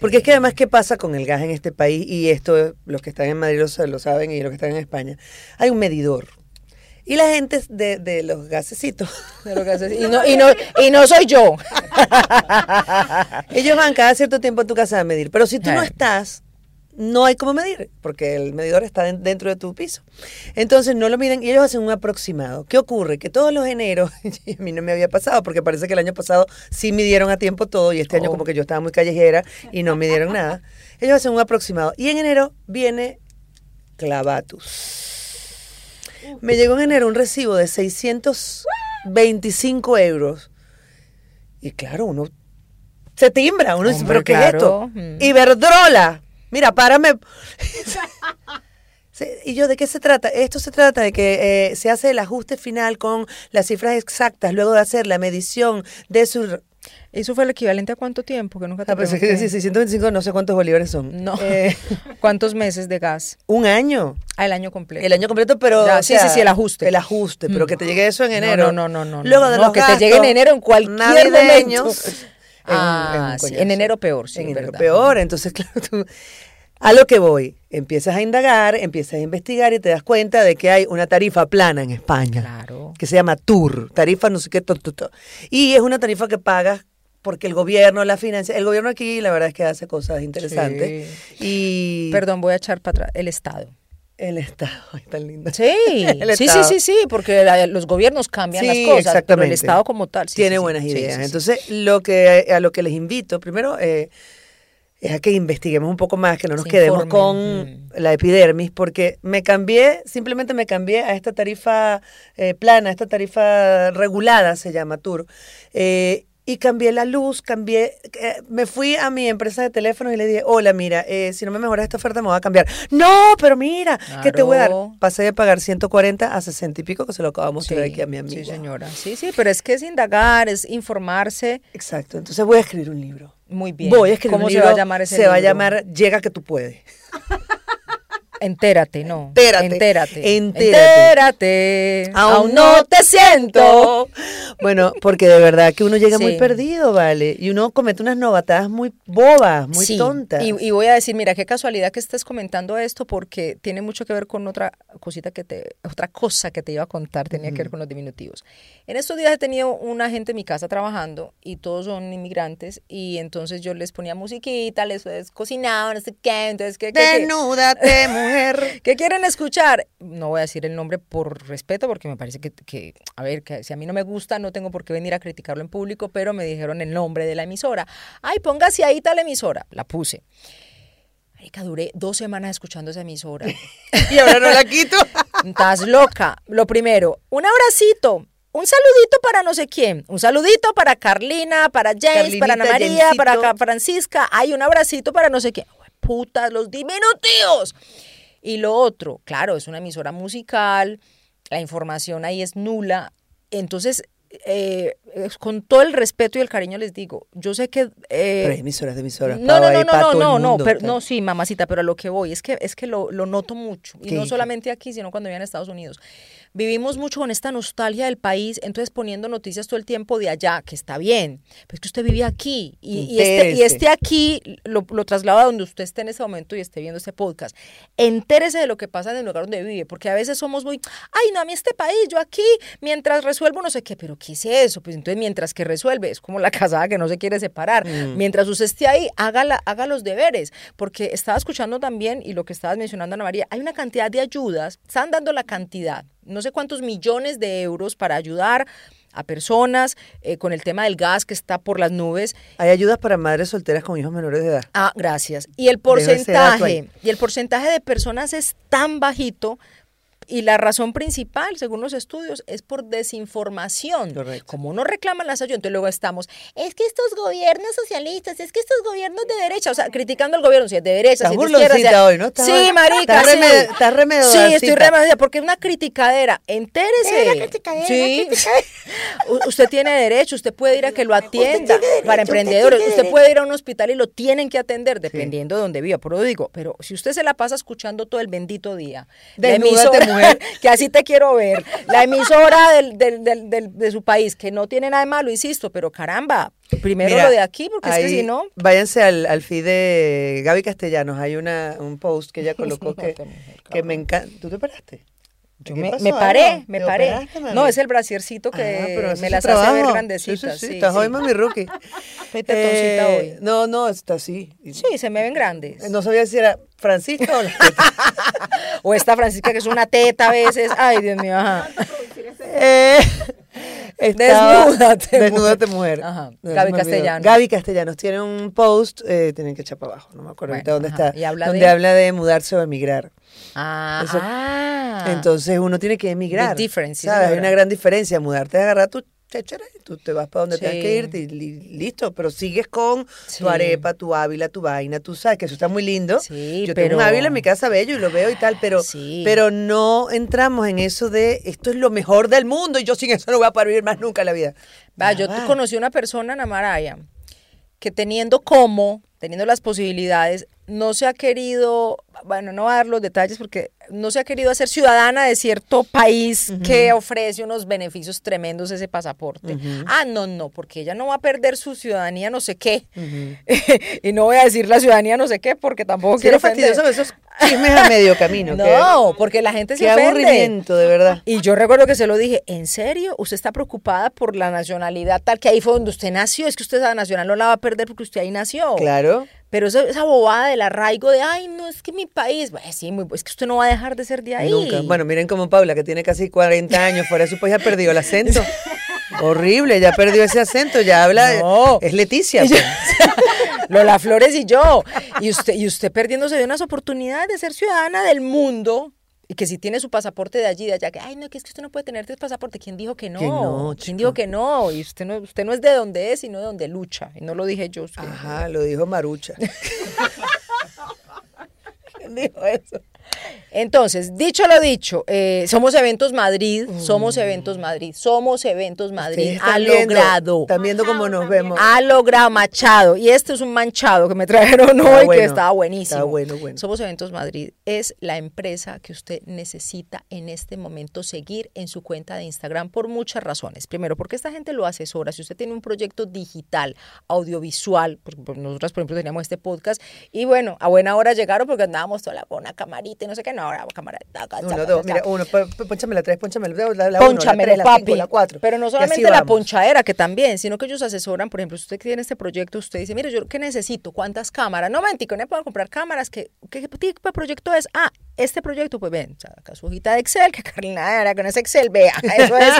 Speaker 2: Porque es que además, ¿qué pasa con el gas en este país? Y esto, los que están en Madrid lo, sa- lo saben y los que están en España. Hay un medidor. Y la gente de, de los gasecitos,
Speaker 1: De lo que haces. Y, no, y, no, y no soy yo.
Speaker 2: ellos van cada cierto tiempo a tu casa a medir. Pero si tú no
Speaker 1: Ah.
Speaker 2: estás, no hay cómo medir, porque el medidor está den- dentro de tu piso. Entonces no lo miden y ellos hacen un aproximado. ¿Qué ocurre? Que todos los eneros, y a mí no me había pasado, porque parece que el año pasado sí midieron a tiempo todo y este año
Speaker 1: Oh.
Speaker 2: como que yo estaba muy callejera y no midieron nada. Ellos hacen un aproximado. Y en enero viene clavatus. Me llegó en enero un recibo de 625 euros. Y claro, uno se timbra, uno dice,
Speaker 1: Hombre,
Speaker 2: pero ¿qué
Speaker 1: claro.
Speaker 2: es
Speaker 1: Mm.
Speaker 2: esto? Iberdrola. Mira, párame. Se- Y yo, ¿de qué se trata? Esto se trata de que eh, se hace el ajuste final con las cifras exactas, luego de hacer la medición de su...
Speaker 1: ¿Eso fue el equivalente a cuánto tiempo? Que nunca te
Speaker 2: Ah, pues es que
Speaker 1: pregunté.
Speaker 2: 625 no sé cuántos bolívares son.
Speaker 1: No.
Speaker 2: Eh,
Speaker 1: ¿Cuántos meses de gas?
Speaker 2: un año.
Speaker 1: Ah, el año completo.
Speaker 2: El año completo, pero.
Speaker 1: Ya,
Speaker 2: o
Speaker 1: sí, sí,
Speaker 2: sea,
Speaker 1: sí, el ajuste.
Speaker 2: El ajuste, pero que te llegue eso en
Speaker 1: No,
Speaker 2: enero.
Speaker 1: no, no, no, no,
Speaker 2: Luego
Speaker 1: no,
Speaker 2: de
Speaker 1: no,
Speaker 2: los
Speaker 1: que te
Speaker 2: gastos
Speaker 1: llegue en enero en cualquier
Speaker 2: navideños,
Speaker 1: momento.
Speaker 2: es un- es un
Speaker 1: Ah, sí, en
Speaker 2: coñazo.
Speaker 1: enero peor, sí,
Speaker 2: En
Speaker 1: es
Speaker 2: enero
Speaker 1: verdad.
Speaker 2: peor. Entonces, claro, tú- A lo que voy, empiezas a indagar, empiezas a investigar y te das cuenta de que hay una tarifa plana en España
Speaker 1: Claro.
Speaker 2: que se llama TUR, tarifa no sé qué, to, to, to. y es una tarifa que pagas porque el gobierno, la financia, el gobierno aquí la verdad es que hace cosas interesantes y
Speaker 1: Perdón, voy a echar para atrás. El Estado.
Speaker 2: el Estado, ay, tan lindo.
Speaker 1: Sí,
Speaker 2: El
Speaker 1: sí, sí,
Speaker 2: Estado.
Speaker 1: sí, sí, porque la- los gobiernos cambian
Speaker 2: Sí,
Speaker 1: las cosas, pero el
Speaker 2: exactamente.
Speaker 1: Estado como tal sí,
Speaker 2: tiene
Speaker 1: sí, sí,
Speaker 2: buenas
Speaker 1: sí,
Speaker 2: ideas.
Speaker 1: sí, sí.
Speaker 2: Entonces, lo que eh, a lo que les invito, primero eh, es a que investiguemos un poco más, que no nos
Speaker 1: Se
Speaker 2: quedemos
Speaker 1: informen. Mm.
Speaker 2: con la epidermis, porque me cambié, simplemente me cambié a esta tarifa eh, plana, esta tarifa regulada se llama Tour. eh, y cambié la luz, cambié, eh, me fui a mi empresa de teléfonos y le dije, hola, mira, eh, si no me mejoras esta oferta me voy a cambiar. No, pero mira, ¿qué te voy a dar?
Speaker 1: Claro.
Speaker 2: Pasé de pagar 140 a 60 y pico, que se lo acabo de mostrar
Speaker 1: Sí,
Speaker 2: aquí a mi amiga.
Speaker 1: Sí, señora. Sí, sí, pero es que es indagar, es informarse
Speaker 2: Exacto, entonces voy a escribir un libro.
Speaker 1: muy bien.
Speaker 2: Voy a escribir
Speaker 1: ¿Cómo
Speaker 2: un
Speaker 1: se
Speaker 2: libro.
Speaker 1: va a llamar ese
Speaker 2: Se va a
Speaker 1: libro?
Speaker 2: llamar Llega que tú puedes.
Speaker 1: Entérate, no.
Speaker 2: Entérate.
Speaker 1: Entérate.
Speaker 2: Entérate.
Speaker 1: Entérate. Aún no te siento.
Speaker 2: Bueno, porque de verdad que uno llega muy
Speaker 1: Sí.
Speaker 2: perdido, ¿vale? Y uno comete unas novatadas muy bobas, muy
Speaker 1: Sí,
Speaker 2: tontas.
Speaker 1: Y, y voy a decir, mira, qué casualidad que estés comentando esto porque tiene mucho que ver con otra cosita que te, otra cosa que te iba a contar, tenía que ver con los diminutivos. En estos días he tenido una gente en mi casa trabajando y todos son inmigrantes y entonces yo les ponía musiquita, les, les cocinaba, no sé qué, entonces qué, qué, qué?
Speaker 2: Desnúdate, mujer.
Speaker 1: ¿Qué quieren escuchar? No voy a decir el nombre por respeto, porque me parece que, que, a ver, que si a mí no me gusta, no tengo por qué venir a criticarlo en público, pero me dijeron el nombre de la emisora. Ay, póngase ahí tal emisora. La puse. Marica, duré dos semanas escuchando esa emisora.
Speaker 2: Y ahora no la quito.
Speaker 1: Estás loca. Lo primero, un abracito. Un saludito para no sé quién. Un saludito para Carlina, para James, para
Speaker 2: Carlinita,
Speaker 1: Ana María,
Speaker 2: Jamesito.
Speaker 1: para Ca- Francisca. Hay un abracito para no sé quién. ¡Jue Putas, los diminutivos. Y lo otro, claro, es una emisora musical. La información ahí es nula. Entonces, eh, eh, con todo el respeto y el cariño les digo, yo sé que... eh,
Speaker 2: Pero hay emisoras de emisoras.
Speaker 1: no, no,
Speaker 2: Pau,
Speaker 1: no,
Speaker 2: hay
Speaker 1: no,
Speaker 2: pa'
Speaker 1: no,
Speaker 2: todo el
Speaker 1: no, no,
Speaker 2: mundo,
Speaker 1: pero-
Speaker 2: tal.
Speaker 1: no, sí, mamacita, pero a lo que voy es que es que lo, lo noto mucho y no
Speaker 2: ¿Qué?
Speaker 1: solamente aquí, sino cuando vivo en Estados Unidos. Vivimos mucho con esta nostalgia del país, entonces poniendo noticias todo el tiempo de allá, que está bien, pero es que usted vive aquí y, y este, y
Speaker 2: Entérese.
Speaker 1: este aquí lo, lo traslado a donde usted esté en ese momento y esté viendo este podcast. Entérese de lo que pasa en el lugar donde vive, porque a veces somos muy, ay, no, a mí este país, yo aquí, mientras resuelvo no sé qué, pero ¿qué es eso? Pues entonces mientras que resuelve, es como la casada que no se quiere separar. Mientras usted esté ahí, haga, la- haga los deberes, porque estaba escuchando también y lo que estabas mencionando, Ana María, hay una cantidad de ayudas, están dando la cantidad, no sé cuántos millones de euros para ayudar a personas eh, con el tema del gas que está por las nubes
Speaker 2: Hay ayudas para madres solteras con hijos menores de edad.
Speaker 1: Ah, gracias. Y el
Speaker 2: Dejo ese dato ahí.
Speaker 1: porcentaje, y el porcentaje de personas es tan bajito y la razón principal, según los estudios, es por desinformación.
Speaker 2: Correcto.
Speaker 1: Como no reclaman las ayudas, entonces luego estamos, es que estos gobiernos socialistas, es que estos gobiernos de derecha, o sea, criticando al gobierno, si es de derecha,
Speaker 2: Estás
Speaker 1: si es de izquierda. si es-
Speaker 2: burloncita hoy, ¿no? Estás-
Speaker 1: sí, marica,
Speaker 2: estás
Speaker 1: sí.
Speaker 2: reme- estás remedodacita.
Speaker 1: Sí, estoy remedodacita, porque es una criticadera. Entérese.
Speaker 3: Es una criticadera,
Speaker 1: Sí.
Speaker 3: una criticadera.
Speaker 1: U- usted tiene derecho, usted puede ir a que lo atienda
Speaker 3: tiene derecho,
Speaker 1: para
Speaker 3: usted
Speaker 1: emprendedores,
Speaker 3: tiene
Speaker 1: usted, puede ir a un hospital y lo tienen que atender dependiendo de donde viva, por lo digo, pero si usted se la pasa escuchando todo el bendito día, la
Speaker 2: Desnúdate,
Speaker 1: emisora,
Speaker 2: mujer.
Speaker 1: que así te quiero ver, la emisora del- del- del- del- de su país, que no tiene nada de malo, insisto, pero caramba, primero
Speaker 2: Mira,
Speaker 1: lo de aquí, porque es que
Speaker 2: ahí-
Speaker 1: si no...
Speaker 2: Váyanse al, al feed de Gaby Castellanos. Hay una, un post que ella colocó que,
Speaker 1: Desnúdate, mujer,
Speaker 2: que me encanta. ¿Tú te paraste?
Speaker 1: Yo
Speaker 2: ¿Qué
Speaker 1: me,
Speaker 2: pasó? Ah,
Speaker 1: me
Speaker 2: ¿Algo?
Speaker 1: paré, me
Speaker 2: ¿Te
Speaker 1: paré.
Speaker 2: operaste, mami?
Speaker 1: no, es el brasiercito que
Speaker 2: Ah, pero ese
Speaker 1: me
Speaker 2: es
Speaker 1: las
Speaker 2: su
Speaker 1: hace ver
Speaker 2: trabajo.
Speaker 1: grandecitas.
Speaker 2: Sí, sí, sí,
Speaker 1: sí,
Speaker 2: estás
Speaker 1: sí.
Speaker 2: hoy, mami rookie. Eh,
Speaker 1: Estoy tetoncita hoy.
Speaker 2: No, no, está así.
Speaker 1: Sí, se me ven grandes.
Speaker 2: No sabía si era Francisca o la
Speaker 1: O esta Francisca que es una teta a veces. Ay, Dios mío, ajá.
Speaker 2: Eh, estaba-
Speaker 1: Desnúdate,
Speaker 2: Desnúdate,
Speaker 1: mujer.
Speaker 2: mujer.
Speaker 1: Ajá. Gaby
Speaker 2: No, se me olvidó.
Speaker 1: Castellanos.
Speaker 2: Gaby Castellanos tiene un post, eh, tienen que echar para abajo, no me acuerdo
Speaker 1: Bueno,
Speaker 2: ahorita dónde
Speaker 1: ajá.
Speaker 2: está.
Speaker 1: Y habla
Speaker 2: donde
Speaker 1: de-
Speaker 2: habla de mudarse o emigrar.
Speaker 1: Ah,
Speaker 2: Eso-
Speaker 1: ah.
Speaker 2: Entonces uno tiene que emigrar.
Speaker 1: The difference, sí,
Speaker 2: ¿sabes? Hay
Speaker 1: señora.
Speaker 2: una gran diferencia. Mudarte es agarrar tu chéchera y tú te vas para donde
Speaker 1: Sí.
Speaker 2: tengas que irte y li- listo. Pero sigues con
Speaker 1: Sí.
Speaker 2: tu arepa, tu ávila, tu vaina, tú sabes que eso está muy lindo.
Speaker 1: Sí,
Speaker 2: Yo
Speaker 1: pero-
Speaker 2: tengo un ávila en mi casa bello y lo veo y tal, pero,
Speaker 1: Sí.
Speaker 2: pero no entramos en eso de esto es lo mejor del mundo y yo sin eso no voy a poder vivir más nunca en la vida.
Speaker 1: Va, yo
Speaker 2: Ah,
Speaker 1: conocí una persona en Amaraya que teniendo cómo, teniendo las posibilidades, no se ha querido, bueno, no voy a dar los detalles porque no se ha querido hacer ciudadana de cierto país que ofrece unos beneficios tremendos ese pasaporte. Ah, no, no, porque ella no va a perder su ciudadanía no sé qué. y no voy a decir la ciudadanía no sé qué porque tampoco
Speaker 2: sí
Speaker 1: quiero
Speaker 2: era fastidioso
Speaker 1: ofender.
Speaker 2: esos chismes a medio camino.
Speaker 1: No,
Speaker 2: qué,
Speaker 1: porque la gente se
Speaker 2: qué
Speaker 1: ofende.
Speaker 2: aburrimiento, de verdad.
Speaker 1: Y yo recuerdo que se lo dije, ¿en serio? ¿Usted está preocupada por la nacionalidad tal que ahí fue donde usted nació? Es que usted esa nacional no la va a perder porque usted ahí nació.
Speaker 2: Claro.
Speaker 1: Pero esa, esa bobada del arraigo de, ay, no, es que mi país, Bueno, sí, muy- es que usted no va a dejar de ser de ahí.
Speaker 2: Nunca. Bueno, miren como Paula, que tiene casi 40 años fuera de su país, ha perdido el acento. Horrible, ya perdió ese acento, ya habla.
Speaker 1: No.
Speaker 2: Es Leticia. pues.
Speaker 1: Lola Flores y yo. Y usted, y usted perdiéndose de unas oportunidades de ser ciudadana del mundo. Y que si tiene su pasaporte de allí, de allá, que, ay, no, que es que usted no puede tener tres pasaportes. ¿Quién dijo que no?
Speaker 2: Que no,
Speaker 1: ¿Quién
Speaker 2: chica.
Speaker 1: dijo que no? Y usted no, usted no es de donde es, sino de donde lucha. Y no lo dije yo. es que-
Speaker 2: Ajá, lo dijo Marucha. ¿Quién dijo eso?
Speaker 1: Entonces, dicho lo dicho, eh, somos Eventos Madrid, somos Eventos Madrid, somos Eventos
Speaker 2: Mm. Ustedes
Speaker 1: Madrid.
Speaker 2: están
Speaker 1: Ha
Speaker 2: viendo,
Speaker 1: logrado.
Speaker 2: Están viendo cómo nos vemos.
Speaker 1: Ha logrado Machado. Y este es un manchado que me trajeron
Speaker 2: Está
Speaker 1: hoy que
Speaker 2: bueno,
Speaker 1: estaba buenísimo.
Speaker 2: está bueno, bueno.
Speaker 1: Somos Eventos Madrid. Es la empresa que usted necesita en este momento seguir en su cuenta de Instagram por muchas razones. Primero, porque esta gente lo asesora. Si usted tiene un proyecto digital, audiovisual, porque pues, nosotras, por ejemplo, teníamos este podcast y bueno, a buena hora llegaron porque andábamos toda la una camarita y no sé qué, no, ahora cámara. taca,
Speaker 2: Uno,
Speaker 1: taca,
Speaker 2: dos,
Speaker 1: taca.
Speaker 2: mira, uno, pa- pa- ponchame la tres, ponchame la, la, la, la uno, la
Speaker 1: Pónchamelo,
Speaker 2: tres, la
Speaker 1: papi.
Speaker 2: cinco, la cuatro.
Speaker 1: Pero no
Speaker 2: Y así
Speaker 1: solamente la
Speaker 2: vamos.
Speaker 1: ponchadera, que también, sino que ellos asesoran, por ejemplo, si usted tiene este proyecto, usted dice, mire, yo qué necesito, cuántas cámaras, no mentico, no puedo comprar cámaras, ¿qué, qué, qué tipo de proyecto es? Ah, este proyecto, pues ven, saca su hojita de Excel, que Carolina era con ese Excel, vea, eso es.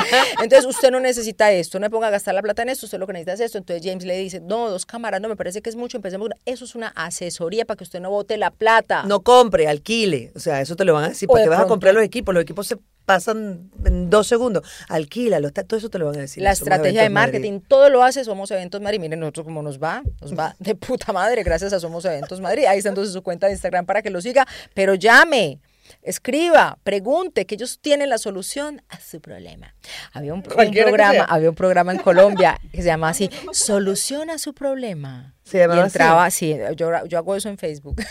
Speaker 1: Entonces usted no necesita esto, no me ponga a gastar la plata en esto, usted lo que necesita es esto. Entonces James le dice, no, dos cámaras, no, me parece que es mucho, empecemos. con- Eso es una asesoría para que usted no bote la plata.
Speaker 2: No compre, alquile. O sea, eso te lo van a decir.
Speaker 1: O
Speaker 2: ¿Para
Speaker 1: de
Speaker 2: qué vas a
Speaker 1: pronto-
Speaker 2: comprar los equipos? Los equipos se pasan en dos segundos. Alquílalos, ta- todo eso te lo van a decir.
Speaker 1: la
Speaker 2: Somos
Speaker 1: estrategia de
Speaker 2: Eventos Madrid.
Speaker 1: marketing, todo lo hace Somos Eventos Madrid. Miren nosotros cómo nos va, nos va de puta madre gracias a Somos Eventos Madrid. Ahí está entonces su cuenta de Instagram para que lo siga, pero llame. Escriba, pregunte, que ellos tienen la solución a su problema. Había un, un
Speaker 2: Cualquiera que
Speaker 1: programa,
Speaker 2: sea.
Speaker 1: había un programa en Colombia que se llama así, Solución a su problema.
Speaker 2: ¿Se
Speaker 1: y
Speaker 2: llamaba así?
Speaker 1: entraba así, yo, yo hago eso en Facebook.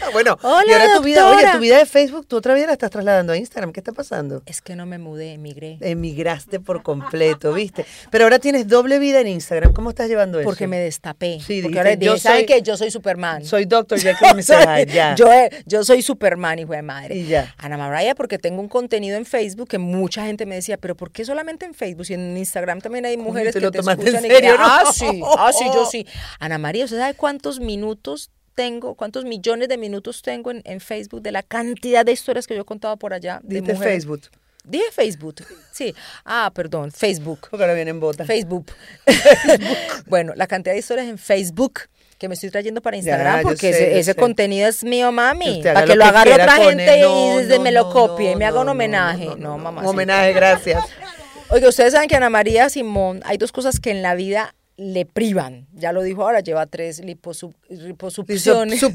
Speaker 2: Ah, bueno,
Speaker 1: Hola,
Speaker 2: y ahora tu vida, oye,
Speaker 1: doctora.
Speaker 2: tu vida de Facebook, tu otra vida la estás trasladando a Instagram. ¿Qué está pasando?
Speaker 1: es que no me mudé, emigré.
Speaker 2: Emigraste por completo, ¿viste? Pero ahora tienes doble vida en Instagram. ¿Cómo estás llevando eso?
Speaker 1: Porque me destapé.
Speaker 2: Pues Sí,
Speaker 1: porque
Speaker 2: dijiste,
Speaker 1: ahora dije,
Speaker 2: yo
Speaker 1: ¿saben
Speaker 2: soy-
Speaker 1: qué? Yo soy Superman.
Speaker 2: Soy Dr. Jekyll y Mr. Hyde, ya.
Speaker 1: yo, eh, yo soy Superman, hijo de madre.
Speaker 2: Y ya.
Speaker 1: Ana Maraya, porque tengo un contenido en Facebook que mucha gente me decía, pero ¿por qué solamente en Facebook? Si en Instagram también hay mujeres
Speaker 2: te
Speaker 1: que
Speaker 2: lo
Speaker 1: te
Speaker 2: tomaste en
Speaker 1: escuchan y
Speaker 2: serio,
Speaker 1: que, ah,
Speaker 2: ¿no?
Speaker 1: sí, ah, sí, yo sí. Ana María, ¿usted sabe cuántos minutos tengo, cuántos millones de minutos tengo en, en Facebook de la cantidad de historias que yo he contado por allá? De
Speaker 2: Diste
Speaker 1: mujeres?
Speaker 2: Facebook.
Speaker 1: Dije Facebook, sí. Ah, perdón, Facebook.
Speaker 2: Porque ahora vienen botas.
Speaker 1: Facebook. bueno, la cantidad de historias en Facebook que me estoy trayendo para Instagram
Speaker 2: yo
Speaker 1: porque
Speaker 2: sé, yo
Speaker 1: ese, ese
Speaker 2: sé.
Speaker 1: contenido es mío, mami.
Speaker 2: usted
Speaker 1: Para
Speaker 2: haga
Speaker 1: que
Speaker 2: lo
Speaker 1: lo
Speaker 2: que
Speaker 1: agarre
Speaker 2: quiera
Speaker 1: otra
Speaker 2: con él.
Speaker 1: gente y
Speaker 2: No,
Speaker 1: desde
Speaker 2: no,
Speaker 1: me lo
Speaker 2: no,
Speaker 1: copie y me
Speaker 2: no,
Speaker 1: haga un
Speaker 2: no,
Speaker 1: homenaje. No,
Speaker 2: no, no, no.
Speaker 1: mamá.
Speaker 2: Un homenaje, gracias.
Speaker 1: Oiga, ustedes saben que Ana María Simón, hay dos cosas que en la vida le privan. Ya lo dijo ahora, lleva tres liposup- liposucciones.
Speaker 2: Lisop-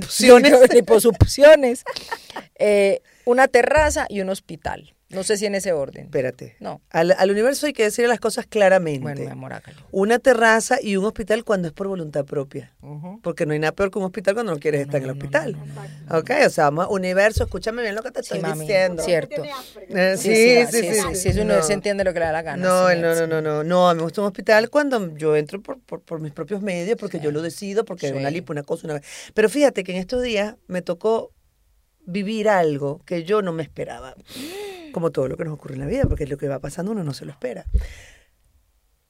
Speaker 2: supciones.
Speaker 1: liposucciones. Eh, una terraza y un hospital. No sé si en ese orden.
Speaker 2: Espérate.
Speaker 1: No.
Speaker 2: Al, al universo hay que decirle las cosas claramente.
Speaker 1: Bueno, mi amor, hágalo.
Speaker 2: Una terraza y un hospital cuando es por voluntad propia. Porque no hay nada peor que un hospital cuando no quieres estar en el hospital. Ok, o sea, vamos, a- universo, escúchame bien lo que te
Speaker 1: Sí,
Speaker 2: estoy
Speaker 1: mami,
Speaker 2: diciendo.
Speaker 1: cierto.
Speaker 2: Eh, sí, sí, sí, sí,
Speaker 1: Si es uno
Speaker 2: no.
Speaker 1: se entiende lo que le da la gana.
Speaker 2: No,
Speaker 1: sí,
Speaker 2: no,
Speaker 1: sí.
Speaker 2: no, no, no, no, me gusta un hospital cuando yo entro por, por, por mis propios medios, porque yo lo decido, porque
Speaker 1: Sí.
Speaker 2: una lipo, una cosa, una... Pero fíjate que en estos días me tocó vivir algo que yo no me esperaba, como todo lo que nos ocurre en la vida, porque lo que va pasando uno no se lo espera.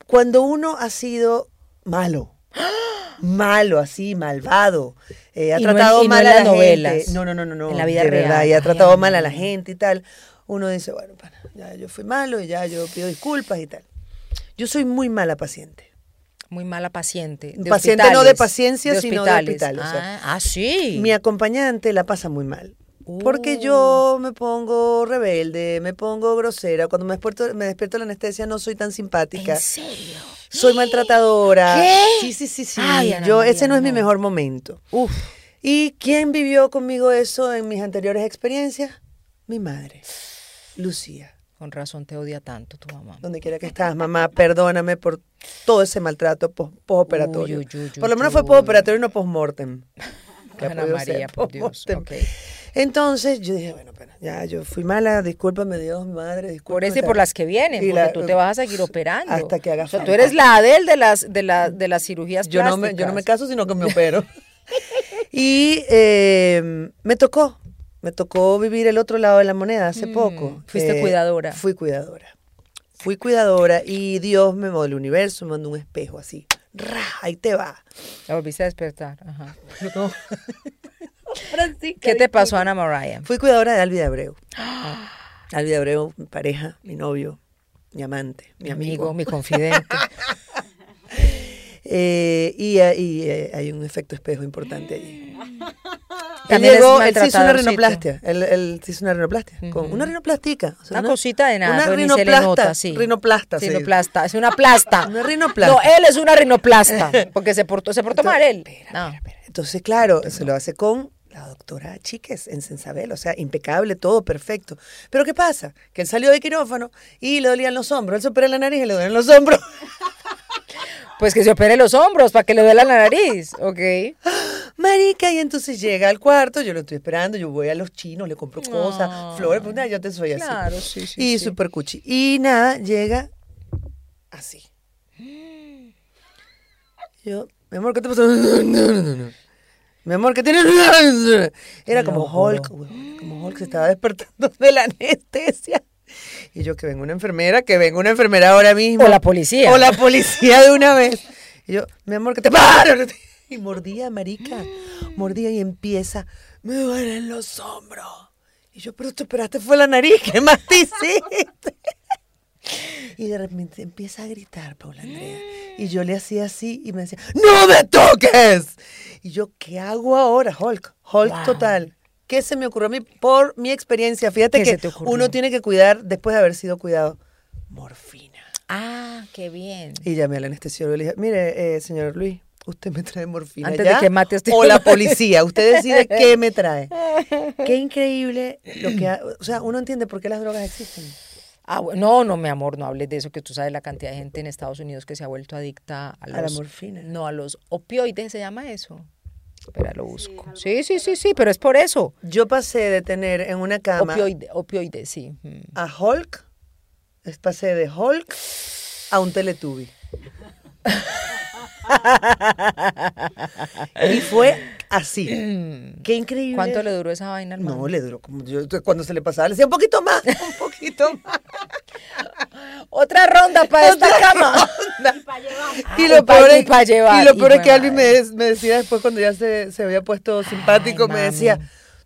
Speaker 2: Cuando uno ha sido malo, malo, así, malvado, eh, ha
Speaker 1: Y no en-
Speaker 2: tratado
Speaker 1: y no
Speaker 2: mal
Speaker 1: en
Speaker 2: a
Speaker 1: las
Speaker 2: la
Speaker 1: novelas,
Speaker 2: gente, no, no, no, no, no,
Speaker 1: en la vida
Speaker 2: de verdad,
Speaker 1: real.
Speaker 2: y ha
Speaker 1: Ay,
Speaker 2: tratado
Speaker 1: amiga.
Speaker 2: mal a la gente y tal, uno dice, bueno, pana, ya yo fui malo y ya yo pido disculpas y tal. Yo soy muy mala paciente.
Speaker 1: Muy mala paciente. de
Speaker 2: Paciente no de
Speaker 1: hospitales,
Speaker 2: paciencia, sino de
Speaker 1: hospitales.
Speaker 2: hospital, o sea.
Speaker 1: ah, ah, sí.
Speaker 2: Mi acompañante la pasa muy mal. Porque
Speaker 1: Uh.
Speaker 2: yo me pongo rebelde, me pongo grosera. Cuando me despierto, me despierto de la anestesia no soy tan simpática.
Speaker 1: ¿En serio?
Speaker 2: Soy maltratadora.
Speaker 1: ¿Qué?
Speaker 2: Sí, sí, sí, sí.
Speaker 1: Ay, Ana
Speaker 2: yo,
Speaker 1: María,
Speaker 2: ese no es mi
Speaker 1: no.
Speaker 2: mejor momento.
Speaker 1: Uf.
Speaker 2: ¿Y quién vivió conmigo eso en mis anteriores experiencias? Mi madre, Lucía.
Speaker 1: Con razón te odia tanto tu mamá.
Speaker 2: Donde quiera que estás, mamá, perdóname por todo ese maltrato pos- postoperatorio.
Speaker 1: Uy, uy, uy, uy,
Speaker 2: por lo menos fue
Speaker 1: uy.
Speaker 2: postoperatorio y no postmortem. Que ha
Speaker 1: Ana
Speaker 2: podido
Speaker 1: María,
Speaker 2: ser
Speaker 1: por Dios.
Speaker 2: postmortem.
Speaker 1: ok.
Speaker 2: Entonces yo dije, bueno, pero ya yo fui mala, discúlpame Dios, mi madre, discúlpame.
Speaker 1: Por eso y por las que vienen,
Speaker 2: Y
Speaker 1: porque
Speaker 2: la-
Speaker 1: tú te vas a seguir operando.
Speaker 2: Hasta que haga
Speaker 1: O sea, tú
Speaker 2: falta.
Speaker 1: eres la Adel de las, de la, de las cirugías
Speaker 2: yo no, me, yo no me
Speaker 1: plásticas.
Speaker 2: caso, sino que me opero. y eh, me tocó, me tocó vivir el otro lado de la moneda hace poco. Eh,
Speaker 1: fuiste cuidadora.
Speaker 2: Fui cuidadora. Fui cuidadora y Dios me modeló el universo, me mandó un espejo así. ¡Ra! Ahí te va.
Speaker 1: La volviste a despertar. Ajá.
Speaker 2: Ahora sí
Speaker 1: ¿Qué te pasó, Ana Mariah?
Speaker 2: Fui cuidadora de Alvida Abreu. Alvida Abreu, mi pareja, mi novio, mi amante, mi amigo.
Speaker 1: mi confidente.
Speaker 2: Eh, y eh, y, eh, hay un efecto espejo importante allí. Él
Speaker 1: También es
Speaker 2: llegó, él se hizo una
Speaker 1: maltratadorcito.
Speaker 2: rinoplastia. Él, él se hizo una rinoplastia. con una rinoplastica. o sea,
Speaker 1: Una cosita de nada,
Speaker 2: Una
Speaker 1: pero ni se
Speaker 2: rinoplasta.
Speaker 1: le nota, sí.
Speaker 2: Rinoplasta, sí.
Speaker 1: Rinoplasta, es una plasta.
Speaker 2: Una rinoplasta.
Speaker 1: No, él es una rinoplasta, porque se portó, se portó mal él. No.
Speaker 2: Entonces, claro, se lo hace con la doctora Chiques en Sensabel, o sea, impecable, todo perfecto. Pero ¿qué pasa? Que él salió de quirófano y le dolían los hombros. Él se opera la nariz y le dolían los hombros.
Speaker 1: Pues que se opere los hombros para que le duela la nariz, ¿ok?
Speaker 2: Marica, y entonces llega al cuarto, yo lo estoy esperando, yo voy a los chinos, le compro cosas, flores, pues nada, yo te soy así.
Speaker 1: Claro, sí, sí,
Speaker 2: Y
Speaker 1: sí.
Speaker 2: super cuchi. Y nada, llega así. Yo, mi amor, ¿qué te pasó? Mi amor, ¿qué tienes? Era como Hulk, huevona, como Hulk se estaba despertando de la anestesia. Y yo, que venga una enfermera, que venga una enfermera ahora mismo.
Speaker 1: O la policía.
Speaker 2: O la policía de una vez. Y yo, mi amor, que te paro. Y mordía, marica. Mordía y empieza, me duelen los hombros. Y yo, pero tú esperaste fue la nariz, ¿qué más te hiciste? Y de repente empieza a gritar Paula Andrea. Y yo le hacía así y me decía, ¡No me toques! Y yo, ¿qué hago ahora, Hulk? Hulk
Speaker 1: Wow.
Speaker 2: total. ¿Qué se me ocurrió a mí por mi experiencia? Fíjate
Speaker 1: ¿Qué se
Speaker 2: que
Speaker 1: te ocurrió?
Speaker 2: uno tiene que cuidar, después de haber sido cuidado, morfina.
Speaker 1: Ah, qué bien.
Speaker 2: Y llamé al anestesiólogo y le dije, mire, eh, señor Luis, usted me trae morfina
Speaker 1: Antes
Speaker 2: ya,
Speaker 1: de que mate a este
Speaker 2: o
Speaker 1: hijo
Speaker 2: la
Speaker 1: de-
Speaker 2: policía, usted decide qué me trae. Qué increíble lo que, ha- o sea, uno entiende por qué las drogas existen.
Speaker 1: Ah, bu- no, no, mi amor, no hables de eso, que tú sabes la cantidad de gente en Estados Unidos que se ha vuelto adicta a,
Speaker 2: la
Speaker 1: los-
Speaker 2: morfina.
Speaker 1: No, a los opioides, se llama eso. Espera, lo busco. Sí, sí, sí, sí, pero es por eso.
Speaker 2: Yo pasé de tener en una cama
Speaker 1: Opioide, opioides, sí. mm.
Speaker 2: a Hulk, es- pasé de Hulk a un Teletubby. y fue así. Qué increíble.
Speaker 1: Mm. ¿Cuánto le duró esa vaina al man?
Speaker 2: No, le duró como yo- cuando se le pasaba, le decía un poquito más, un poquito más.
Speaker 1: Otra ronda para esta cama.
Speaker 2: Y
Speaker 1: Ah,
Speaker 2: lo
Speaker 1: y pa-
Speaker 2: peor
Speaker 1: y
Speaker 2: es,
Speaker 1: pa' llevar,
Speaker 2: y lo
Speaker 1: y
Speaker 2: peor es
Speaker 1: fue
Speaker 2: que Alvin me,
Speaker 1: madre.
Speaker 2: des- me decía después cuando ya se, se había puesto simpático, me
Speaker 1: mami.
Speaker 2: decía,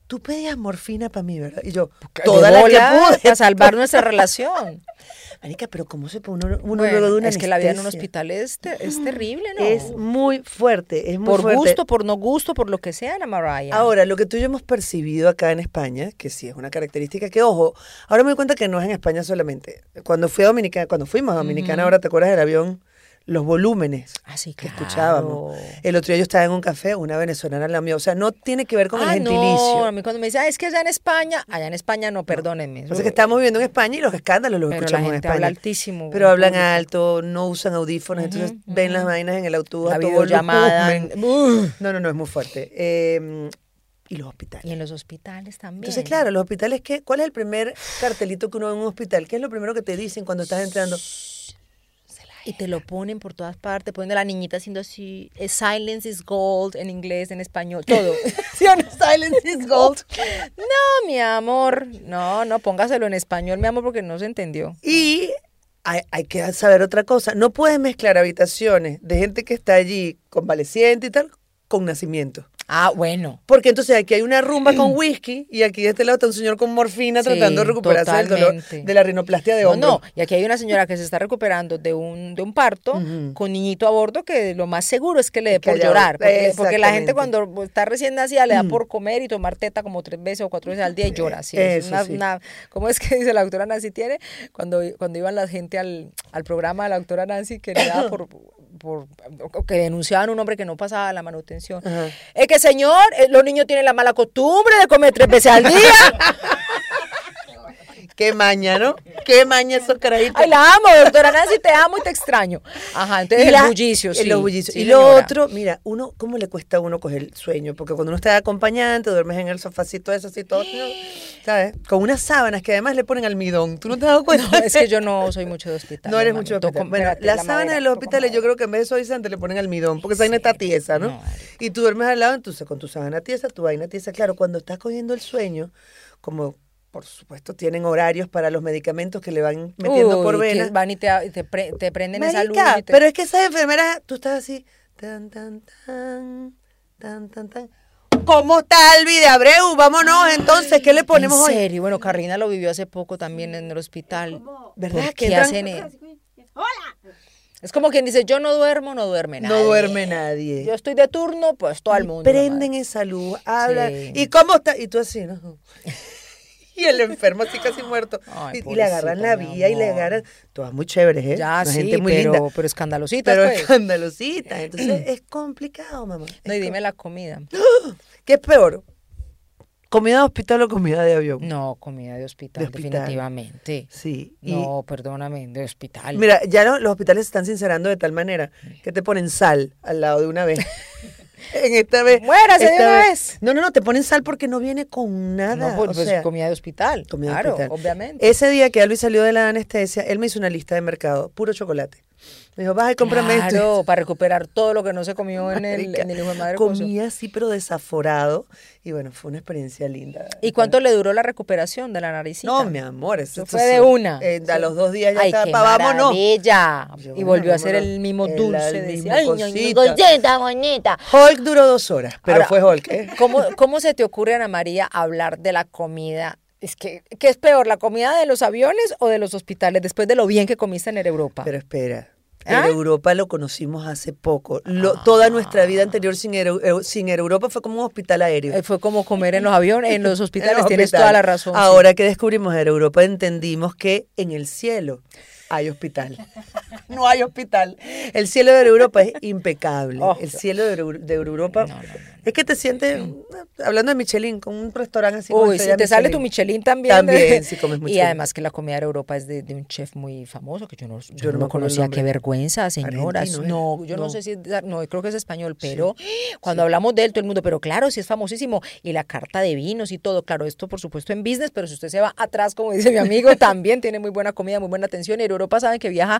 Speaker 2: tú pedías morfina para mí, ¿verdad? Y yo,
Speaker 1: De
Speaker 2: toda la que
Speaker 1: bola,
Speaker 2: pude.
Speaker 1: Para salvar nuestra relación.
Speaker 2: Marica, pero ¿cómo se pone uno, uno
Speaker 1: Bueno,
Speaker 2: luego de una
Speaker 1: es que la vida en un
Speaker 2: anestesia?
Speaker 1: hospital es, ter- es terrible, ¿no?
Speaker 2: Es muy fuerte, es muy
Speaker 1: por
Speaker 2: fuerte.
Speaker 1: gusto, por no gusto, por lo que sea, Ana Mariah.
Speaker 2: Ahora, lo que tú y yo hemos percibido acá en España, que sí es una característica que, ojo, ahora me doy cuenta que no es en España solamente. Cuando fui a Dominicana, cuando fuimos a Dominicana, ahora te acuerdas del avión, los volúmenes
Speaker 1: Ah, sí,
Speaker 2: que
Speaker 1: claro.
Speaker 2: escuchábamos. El otro día yo estaba en un café, una venezolana la mía. O sea, no tiene que ver con el
Speaker 1: ah, no, a
Speaker 2: gentilicio.
Speaker 1: mí cuando me dicen, "Ah, es que allá en España, allá en España no, perdónenme.
Speaker 2: Entonces que estamos viviendo en España y los escándalos los
Speaker 1: Pero la
Speaker 2: escuchamos
Speaker 1: gente
Speaker 2: en
Speaker 1: habla
Speaker 2: España.
Speaker 1: altísimo,
Speaker 2: Pero
Speaker 1: el
Speaker 2: hablan
Speaker 1: público.
Speaker 2: alto, no usan audífonos, entonces ven las vainas en el autobús.
Speaker 1: La
Speaker 2: a todo
Speaker 1: videollamada,
Speaker 2: volumen.
Speaker 1: en- ¡Ugh!
Speaker 2: No, no, no, es muy fuerte. Eh, y los hospitales.
Speaker 1: Y en los hospitales también.
Speaker 2: Entonces, claro, los hospitales, ¿qué? ¿cuál es el primer cartelito que uno ve en un hospital? ¿Qué es lo primero que te dicen cuando estás entrando?
Speaker 1: Y te lo ponen por todas partes, poniendo a la niñita haciendo así, eh, silence is gold en inglés, en español, todo.
Speaker 2: ¿Sí o no? Silence is gold.
Speaker 1: no, mi amor, no, no, póngaselo en español, mi amor, porque no se entendió.
Speaker 2: Y hay, hay que saber otra cosa. No puedes mezclar habitaciones de gente que está allí convaleciente y tal con nacimiento.
Speaker 1: Ah, bueno.
Speaker 2: Porque entonces aquí hay una rumba con whisky y aquí de este lado está un señor con morfina
Speaker 1: Sí,
Speaker 2: tratando de recuperarse del dolor
Speaker 1: totalmente.
Speaker 2: de la rinoplastia de
Speaker 1: No,
Speaker 2: hombro.
Speaker 1: no, y aquí hay una señora que se está recuperando de un, de un parto con niñito a bordo que lo más seguro es que le dé
Speaker 2: Que
Speaker 1: por
Speaker 2: haya-
Speaker 1: llorar. Porque, porque la gente
Speaker 2: Exactamente. Mm.
Speaker 1: cuando está recién nacida le da por comer y tomar teta como tres veces o cuatro veces al día y llora. sí, es
Speaker 2: eso
Speaker 1: una-
Speaker 2: sí.
Speaker 1: una- ¿Cómo es que dice la doctora Nancy tiene? Cuando, cuando iban la gente al, al programa de la doctora Nancy que le daba por por o que denunciaban a un hombre que no pasaba la manutención.
Speaker 2: Ajá.
Speaker 1: Es que señor, eh, los niños tienen la mala costumbre de comer tres veces al día.
Speaker 2: Qué maña, ¿no? Qué maña esos carajitos.
Speaker 1: Ay, la amo, doctora Nancy, te amo y te extraño. Ajá, entonces
Speaker 2: Y la-
Speaker 1: el bullicio, sí.
Speaker 2: los bullicios.
Speaker 1: sí,
Speaker 2: y lo
Speaker 1: señora.
Speaker 2: otro, mira, uno, ¿cómo le cuesta a uno coger el sueño? Porque cuando uno está de acompañante, duermes en el sofacito eso, así todo, ¿sabes? Con unas sábanas que además le ponen almidón. ¿Tú no te has dado cuenta?
Speaker 1: No, es que yo no soy mucho de hospital.
Speaker 2: No eres
Speaker 1: mami,
Speaker 2: mucho de
Speaker 1: toco-
Speaker 2: hospital. Bueno,
Speaker 1: espérate,
Speaker 2: la,
Speaker 1: la
Speaker 2: sábana
Speaker 1: madera,
Speaker 2: de los
Speaker 1: toco
Speaker 2: hospitales yo
Speaker 1: madera.
Speaker 2: creo que en vez de suavizante le ponen almidón, porque esa vaina está tiesa, ¿no?
Speaker 1: No, marica.
Speaker 2: y tú duermes al lado, entonces con tu sábana tiesa, tu vaina tiesa. Claro, cuando estás cogiendo el sueño, como por supuesto tienen horarios para los medicamentos que le van metiendo
Speaker 1: Uy,
Speaker 2: por
Speaker 1: que
Speaker 2: venas.
Speaker 1: Van y te, te pre- te prenden esa luz.
Speaker 2: Marica,
Speaker 1: y te-
Speaker 2: pero es que esas enfermeras, tú estás así, tan, tan, tan, tan, tan, tan. ¿Cómo está Albi de Abreu? Vámonos entonces, ¿qué le ponemos
Speaker 1: en
Speaker 2: hoy?
Speaker 1: serio, bueno, Carlina lo vivió hace poco también en el hospital.
Speaker 2: ¿Verdad
Speaker 1: ¿Por qué
Speaker 2: que entran-
Speaker 1: hacen e- Es como quien dice, yo no duermo, no duerme nadie.
Speaker 2: No duerme nadie.
Speaker 1: Yo estoy de turno, pues todo el mundo.
Speaker 2: Prenden esa luz, hablan.
Speaker 1: Sí.
Speaker 2: ¿Y cómo está? Y tú así, ¿no? Y el enfermo así casi muerto.
Speaker 1: Ay,
Speaker 2: y, y le agarran la
Speaker 1: pobrecito, mi
Speaker 2: vía y le
Speaker 1: amor.
Speaker 2: agarran. Todas muy chéveres, ¿eh?
Speaker 1: madre. Ya,
Speaker 2: Una
Speaker 1: sí,
Speaker 2: gente muy
Speaker 1: pero,
Speaker 2: linda.
Speaker 1: pero escandalositas,
Speaker 2: Pero
Speaker 1: pues.
Speaker 2: escandalositas. Entonces es complicado, mamá.
Speaker 1: No, y dime la comida.
Speaker 2: ¿Qué es peor? ¿Comida de hospital o comida de avión?
Speaker 1: No, comida de hospital,
Speaker 2: De hospital.
Speaker 1: definitivamente.
Speaker 2: Sí. y-
Speaker 1: No, perdóname, de hospital.
Speaker 2: Mira, ya lo- los hospitales se están sincerando de tal manera que te ponen sal al lado de una vez. en esta vez.
Speaker 1: Muérase de
Speaker 2: esta
Speaker 1: una vez.
Speaker 2: No, no, no, te ponen sal porque no viene con nada.
Speaker 1: No, pues,
Speaker 2: o
Speaker 1: pues,
Speaker 2: sea,
Speaker 1: comida de hospital.
Speaker 2: comida de
Speaker 1: claro,
Speaker 2: hospital.
Speaker 1: obviamente.
Speaker 2: Ese día que Alvis salió de la anestesia, él me hizo una lista de mercado, puro chocolate. Me dijo, vas y cómprame esto.
Speaker 1: Claro, para recuperar todo lo que no se comió en el,
Speaker 2: Marica,
Speaker 1: en el hijo de madre. coso.
Speaker 2: Comía así, pero desaforado. Y bueno, fue una experiencia linda.
Speaker 1: ¿Y cuánto le duró la recuperación de la naricita?
Speaker 2: No, mi amor,
Speaker 1: Eso
Speaker 2: eso, esto
Speaker 1: fue
Speaker 2: sí.
Speaker 1: de una.
Speaker 2: Eh, a los dos días ya
Speaker 1: Ay,
Speaker 2: estaba
Speaker 1: qué
Speaker 2: pa' vámonos.
Speaker 1: maravilla. Y
Speaker 2: Bueno,
Speaker 1: volvió a hacer
Speaker 2: vámonos.
Speaker 1: el mismo
Speaker 2: El-
Speaker 1: dulce.
Speaker 2: el
Speaker 1: decía,
Speaker 2: mismo
Speaker 1: "Ay, no,
Speaker 2: cosita".
Speaker 1: dulcita, bonita.
Speaker 2: Hulk duró dos horas, pero
Speaker 1: Ahora,
Speaker 2: fue Hulk. ¿eh?
Speaker 1: ¿cómo, ¿Cómo se te ocurre, Ana María, hablar de la comida? Es que, ¿qué es peor, la comida de los aviones o de los hospitales después de lo bien que comiste en Air Europa?
Speaker 2: Pero espera.
Speaker 1: ¿Ah?
Speaker 2: Air Europa lo conocimos hace poco. Lo- Toda nuestra vida anterior sin Air, Eu- sin Air Europa fue como un hospital aéreo.
Speaker 1: Eh, Fue como comer en los aviones, en los
Speaker 2: En
Speaker 1: hospitales,
Speaker 2: los
Speaker 1: tienes
Speaker 2: hospitales.
Speaker 1: toda la razón. sí.
Speaker 2: Ahora que descubrimos Air Europa, entendimos que en el cielo hay hospital. No hay hospital. El cielo de Europa es impecable.
Speaker 1: Oh,
Speaker 2: el cielo de, Eur- de Europa
Speaker 1: No, no, no, no.
Speaker 2: es que te sientes, eh, hablando de Michelin, con un restaurante así. con
Speaker 1: Uy, si
Speaker 2: estrella
Speaker 1: te sale tu Michelin también. eh.
Speaker 2: También, si comes
Speaker 1: Y
Speaker 2: Michelin.
Speaker 1: además que la comida de Europa es de, de un chef muy famoso, que yo no, yo
Speaker 2: Yo no
Speaker 1: no
Speaker 2: me
Speaker 1: lo
Speaker 2: acuerdo el
Speaker 1: conocía.
Speaker 2: nombre.
Speaker 1: Qué vergüenza, señoras.
Speaker 2: Argentino era.
Speaker 1: No, yo no.
Speaker 2: No.
Speaker 1: sé si es, de- no, creo que es español, pero cuando hablamos de él, todo el mundo, pero claro, sí es famosísimo. Y la carta de vinos y todo, claro, esto por supuesto en business, pero si usted se va atrás, como dice mi amigo, también tiene muy buena comida, muy buena atención. Y en Europa saben que viaja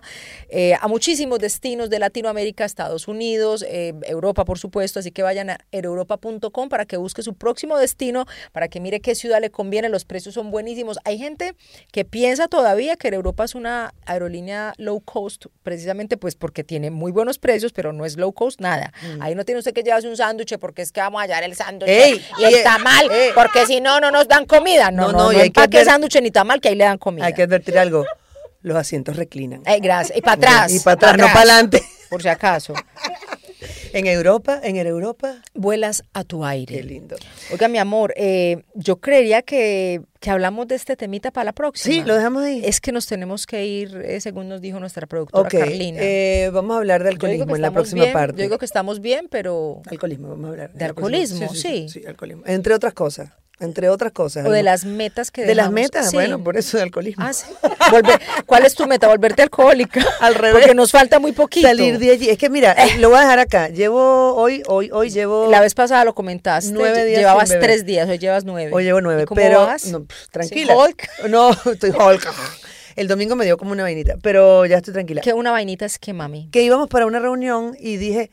Speaker 1: eh, a muchísimos destinos de Latinoamérica, Estados Unidos, eh, Europa, por supuesto. Así que vayan a europa.com para que busque su próximo destino, para que mire qué ciudad le conviene. Los precios son buenísimos. Hay gente que piensa todavía que Air Europa es una aerolínea low cost, precisamente pues porque tiene muy buenos precios, pero no es low cost nada.
Speaker 2: Mm.
Speaker 1: Ahí no tiene usted que llevarse un sándwich porque es que vamos a hallar el sándwich
Speaker 2: Ey,
Speaker 1: y el
Speaker 2: ey,
Speaker 1: tamal,
Speaker 2: ey.
Speaker 1: porque si no, no nos dan comida. No,
Speaker 2: No,
Speaker 1: no,
Speaker 2: no,
Speaker 1: no,
Speaker 2: y hay que
Speaker 1: empaque
Speaker 2: adver-
Speaker 1: sándwich ni tamal, que ahí le dan comida.
Speaker 2: Hay que advertir algo. Los asientos reclinan.
Speaker 1: Ay, gracias. Y para Eh, atrás.
Speaker 2: Y para atrás, no para adelante.
Speaker 1: Por si acaso.
Speaker 2: En Europa, en Air Europa.
Speaker 1: Vuelas a tu aire.
Speaker 2: Qué lindo.
Speaker 1: Oiga, mi amor, eh, yo creería que, que hablamos de este temita para la próxima.
Speaker 2: Sí, lo dejamos ahí.
Speaker 1: Es que nos tenemos que ir, eh, según nos dijo nuestra productora
Speaker 2: ok,
Speaker 1: Carlina.
Speaker 2: eh, vamos a hablar de
Speaker 1: Yo digo que
Speaker 2: alcoholismo en la
Speaker 1: estamos
Speaker 2: próxima
Speaker 1: bien,
Speaker 2: parte. Ah,
Speaker 1: Yo digo que estamos bien, pero...
Speaker 2: Alcoholismo, vamos a hablar.
Speaker 1: De
Speaker 2: la próxima-
Speaker 1: alcoholismo, sí.
Speaker 2: sí. alcoholismo. Entre otras cosas. Entre otras cosas.
Speaker 1: O de
Speaker 2: algo.
Speaker 1: las metas que
Speaker 2: De las
Speaker 1: dejamos.
Speaker 2: metas,
Speaker 1: Sí.
Speaker 2: bueno, pues. por eso de alcoholismo.
Speaker 1: Ah, sí. Volver- ¿Cuál es tu meta? Volverte alcohólica.
Speaker 2: Al revés.
Speaker 1: Porque nos falta muy poquito.
Speaker 2: Salir de allí. Es que mira, eh, lo voy a dejar acá. Llevo hoy, hoy, hoy llevo.
Speaker 1: La vez pasada lo comentaste.
Speaker 2: Nueve días
Speaker 1: Llevabas
Speaker 2: sin beber.
Speaker 1: tres días, hoy llevas nueve.
Speaker 2: Hoy llevo nueve,
Speaker 1: ¿Y cómo
Speaker 2: pero
Speaker 1: vas?
Speaker 2: no, pff, tranquila.
Speaker 1: ¿Sí, Hulk?
Speaker 2: No, estoy Hulk. El domingo me dio como una vainita, pero ya estoy tranquila.
Speaker 1: Que una vainita es que, mami.
Speaker 2: Que íbamos para una reunión y dije.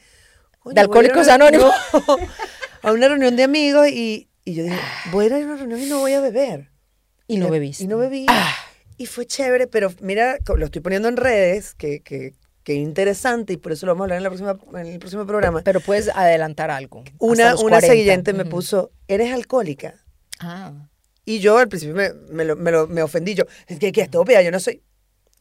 Speaker 2: "Coño,
Speaker 1: ¿De Alcohólicos
Speaker 2: voy a ir a una-
Speaker 1: Anónimos? Ah.
Speaker 2: No, a una reunión de amigos y, y yo dije, voy a ir a una reunión y no voy a beber.
Speaker 1: Y no
Speaker 2: le-
Speaker 1: bebiste.
Speaker 2: Y no bebí.
Speaker 1: Ah.
Speaker 2: Y fue chévere, pero mira, co- lo estoy poniendo en redes, que, que, que interesante, y por eso lo vamos a hablar en, la próxima, en el próximo programa.
Speaker 1: Pero puedes adelantar algo. hasta
Speaker 2: pues. una
Speaker 1: los
Speaker 2: una
Speaker 1: 40.
Speaker 2: seguidente me
Speaker 1: Ujú.
Speaker 2: puso, ¿eres alcohólica?
Speaker 1: Ah.
Speaker 2: Y yo al principio me, me, lo, me, lo- me ofendí, yo, es que, que estúpida, yo no soy...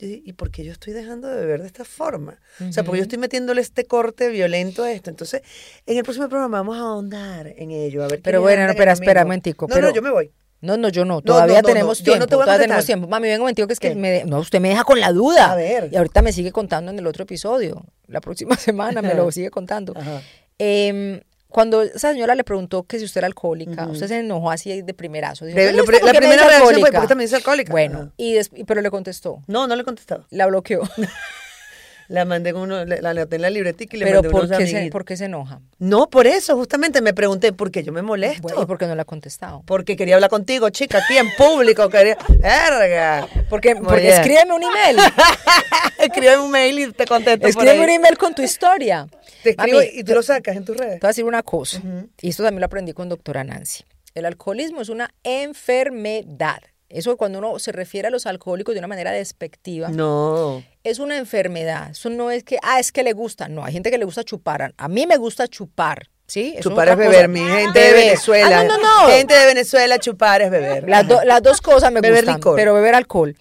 Speaker 2: Yo dije, ¿y por qué yo estoy dejando de beber de esta forma? O sea, porque yo estoy metiéndole este corte violento a esto. Entonces, en el próximo programa vamos a ahondar en ello, a ver
Speaker 1: Pero
Speaker 2: quiénes
Speaker 1: bueno,
Speaker 2: andan
Speaker 1: espera,
Speaker 2: el domingo.
Speaker 1: espera un momentico,
Speaker 2: No,
Speaker 1: pero-
Speaker 2: no, yo me voy.
Speaker 1: No, no, yo no.
Speaker 2: no,
Speaker 1: Todavía
Speaker 2: no, no.
Speaker 1: tenemos
Speaker 2: Yo
Speaker 1: tiempo.
Speaker 2: no te voy a
Speaker 1: todavía tenemos
Speaker 2: contestar.
Speaker 1: tiempo. Mami, venga un momentico que es
Speaker 2: ¿Qué?
Speaker 1: que me de- no, usted me deja con la duda.
Speaker 2: A ver.
Speaker 1: Y ahorita me sigue contando en el otro episodio. La próxima semana me lo sigue contando.
Speaker 2: Ajá.
Speaker 1: Em, cuando esa señora le preguntó que si usted era alcohólica, usted se enojó así de primerazo. Dijo,
Speaker 2: Pre-
Speaker 1: "¿Pero
Speaker 2: lo
Speaker 1: esta
Speaker 2: pre-
Speaker 1: por
Speaker 2: la
Speaker 1: qué me
Speaker 2: primera
Speaker 1: dice
Speaker 2: reacción fue,
Speaker 1: alcohólica?".
Speaker 2: "¿Por qué esta me dice alcohólica?".
Speaker 1: Bueno,
Speaker 2: Ajá.
Speaker 1: y des- y- pero le contestó,
Speaker 2: No, no le he contestado.
Speaker 1: la bloqueó.
Speaker 2: La mandé con uno, la, la anoté en la libretica y le
Speaker 1: pero
Speaker 2: mandé
Speaker 1: ¿por
Speaker 2: unos
Speaker 1: qué, se,
Speaker 2: amiguitos.
Speaker 1: ¿por qué se enoja?
Speaker 2: No, por eso, justamente me pregunté, ¿por qué yo me molesto?
Speaker 1: Bueno, ¿Y por qué no la ha contestado?
Speaker 2: Porque quería hablar contigo, chica, aquí en público. Quería... ¡Verga!
Speaker 1: Porque,
Speaker 2: Muy
Speaker 1: porque
Speaker 2: bien.
Speaker 1: escríbeme un email.
Speaker 2: Escríbeme un mail y te contesto. por
Speaker 1: escríbeme
Speaker 2: ahí.
Speaker 1: un email con tu historia.
Speaker 2: Te escribo
Speaker 1: Mami,
Speaker 2: y tú lo sacas en tus redes.
Speaker 1: Te voy a decir una cosa, y esto también lo aprendí con doctora Nancy. El alcoholismo es una enfermedad. Eso cuando uno se refiere a los alcohólicos de una manera despectiva,
Speaker 2: No.
Speaker 1: es una enfermedad. Eso no es que, ah, es que le gusta. No, hay gente que le gusta chupar. A mí me gusta chupar, ¿sí? Eso es
Speaker 2: Chupar
Speaker 1: otra
Speaker 2: es
Speaker 1: cosa.
Speaker 2: beber, mi gente de
Speaker 1: Beber.
Speaker 2: Venezuela.
Speaker 1: Ah, no, no, no.
Speaker 2: Gente de Venezuela, chupar es beber.
Speaker 1: Las, do- las dos cosas me
Speaker 2: Beber
Speaker 1: gustan,
Speaker 2: licor.
Speaker 1: pero beber alcohol.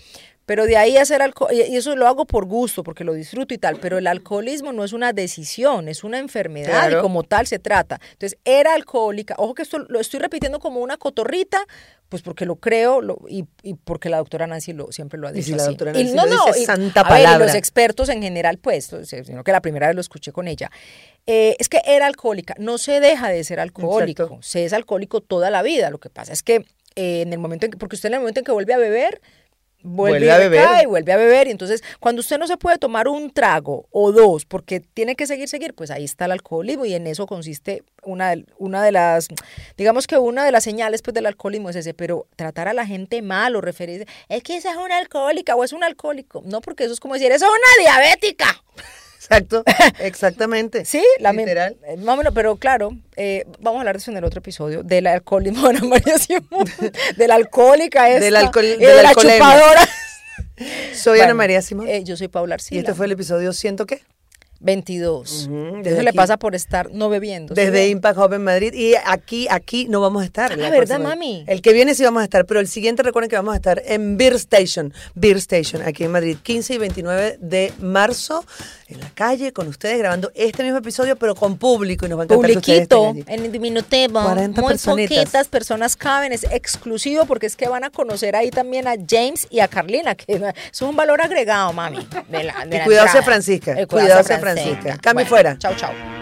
Speaker 1: Pero de ahí hacer alcohol, y y eso lo hago por gusto, porque lo disfruto y tal, pero el alcoholismo no es una decisión, es una enfermedad
Speaker 2: Claro.
Speaker 1: y como tal se trata. Entonces, era alcohólica, ojo que esto lo estoy repitiendo como una cotorrita, pues porque lo creo lo- y, y porque la doctora Nancy lo, siempre lo ha
Speaker 2: Y
Speaker 1: dicho
Speaker 2: si la
Speaker 1: así.
Speaker 2: doctora
Speaker 1: Y
Speaker 2: Nancy lo dice, santa
Speaker 1: a ver, y
Speaker 2: palabra.
Speaker 1: los expertos en general, pues, o sea, sino que la primera vez lo escuché con ella. Eh, es que era alcohólica, no se deja de ser alcohólico,
Speaker 2: Exacto.
Speaker 1: se es alcohólico toda la vida. Lo que pasa es que eh, en el momento en que, porque usted en el momento en que vuelve a beber, vuelve,
Speaker 2: Vuelve a
Speaker 1: a
Speaker 2: beber.
Speaker 1: beber y vuelve a beber. Y entonces, cuando usted no se puede tomar un trago o dos porque tiene que seguir, seguir, pues ahí está el alcoholismo y en eso consiste una de, una de las, digamos que una de las señales pues, del alcoholismo es ese, pero tratar a la gente mal o referirse, es que esa es una alcohólica o es un alcohólico. No, porque eso es como decir, esa es una diabética.
Speaker 2: Exacto, exactamente.
Speaker 1: Sí, la men-
Speaker 2: Literal.
Speaker 1: eh, Más o menos, pero claro, eh, vamos a hablar de eso en el otro episodio, del alcoholismo de Ana María Simón, de la alcohólica esta,
Speaker 2: Del alcohol-
Speaker 1: y
Speaker 2: de
Speaker 1: de
Speaker 2: la
Speaker 1: la
Speaker 2: alcoholemia.
Speaker 1: chupadora.
Speaker 2: Soy Ana
Speaker 1: Bueno,
Speaker 2: María Simón.
Speaker 1: eh, yo soy Paula Arcila.
Speaker 2: y este fue el episodio ¿Siento qué?
Speaker 1: 22.
Speaker 2: Ujú, desde
Speaker 1: Eso le
Speaker 2: aquí.
Speaker 1: pasa por estar no bebiendo. ¿sí
Speaker 2: Desde
Speaker 1: ve?
Speaker 2: Impact Hub en Madrid. Y aquí, aquí no vamos a estar.
Speaker 1: eh. Ah,
Speaker 2: la
Speaker 1: ¿verdad,
Speaker 2: próxima vez.
Speaker 1: mami?
Speaker 2: El que viene sí vamos a estar, pero el siguiente recuerden que vamos a estar en Beer Station. Beer Station, aquí en Madrid, 15 y 29 de marzo. en la calle con ustedes grabando este mismo episodio, pero con público y nos va a encantar que ustedes estén
Speaker 1: Publiquito,
Speaker 2: allí.
Speaker 1: en el Diminuteva.
Speaker 2: 40
Speaker 1: Muy
Speaker 2: personitas.
Speaker 1: poquitas personas caben, es exclusivo porque es que van a conocer ahí también a James y a Carlina, que eso es un valor agregado, mami. de la- de
Speaker 2: Y
Speaker 1: la
Speaker 2: cuidado sea
Speaker 1: entrada. Eh,
Speaker 2: Francisca,
Speaker 1: El
Speaker 2: cuidado sea Francisca. Cami fuera.
Speaker 1: Chao, chao.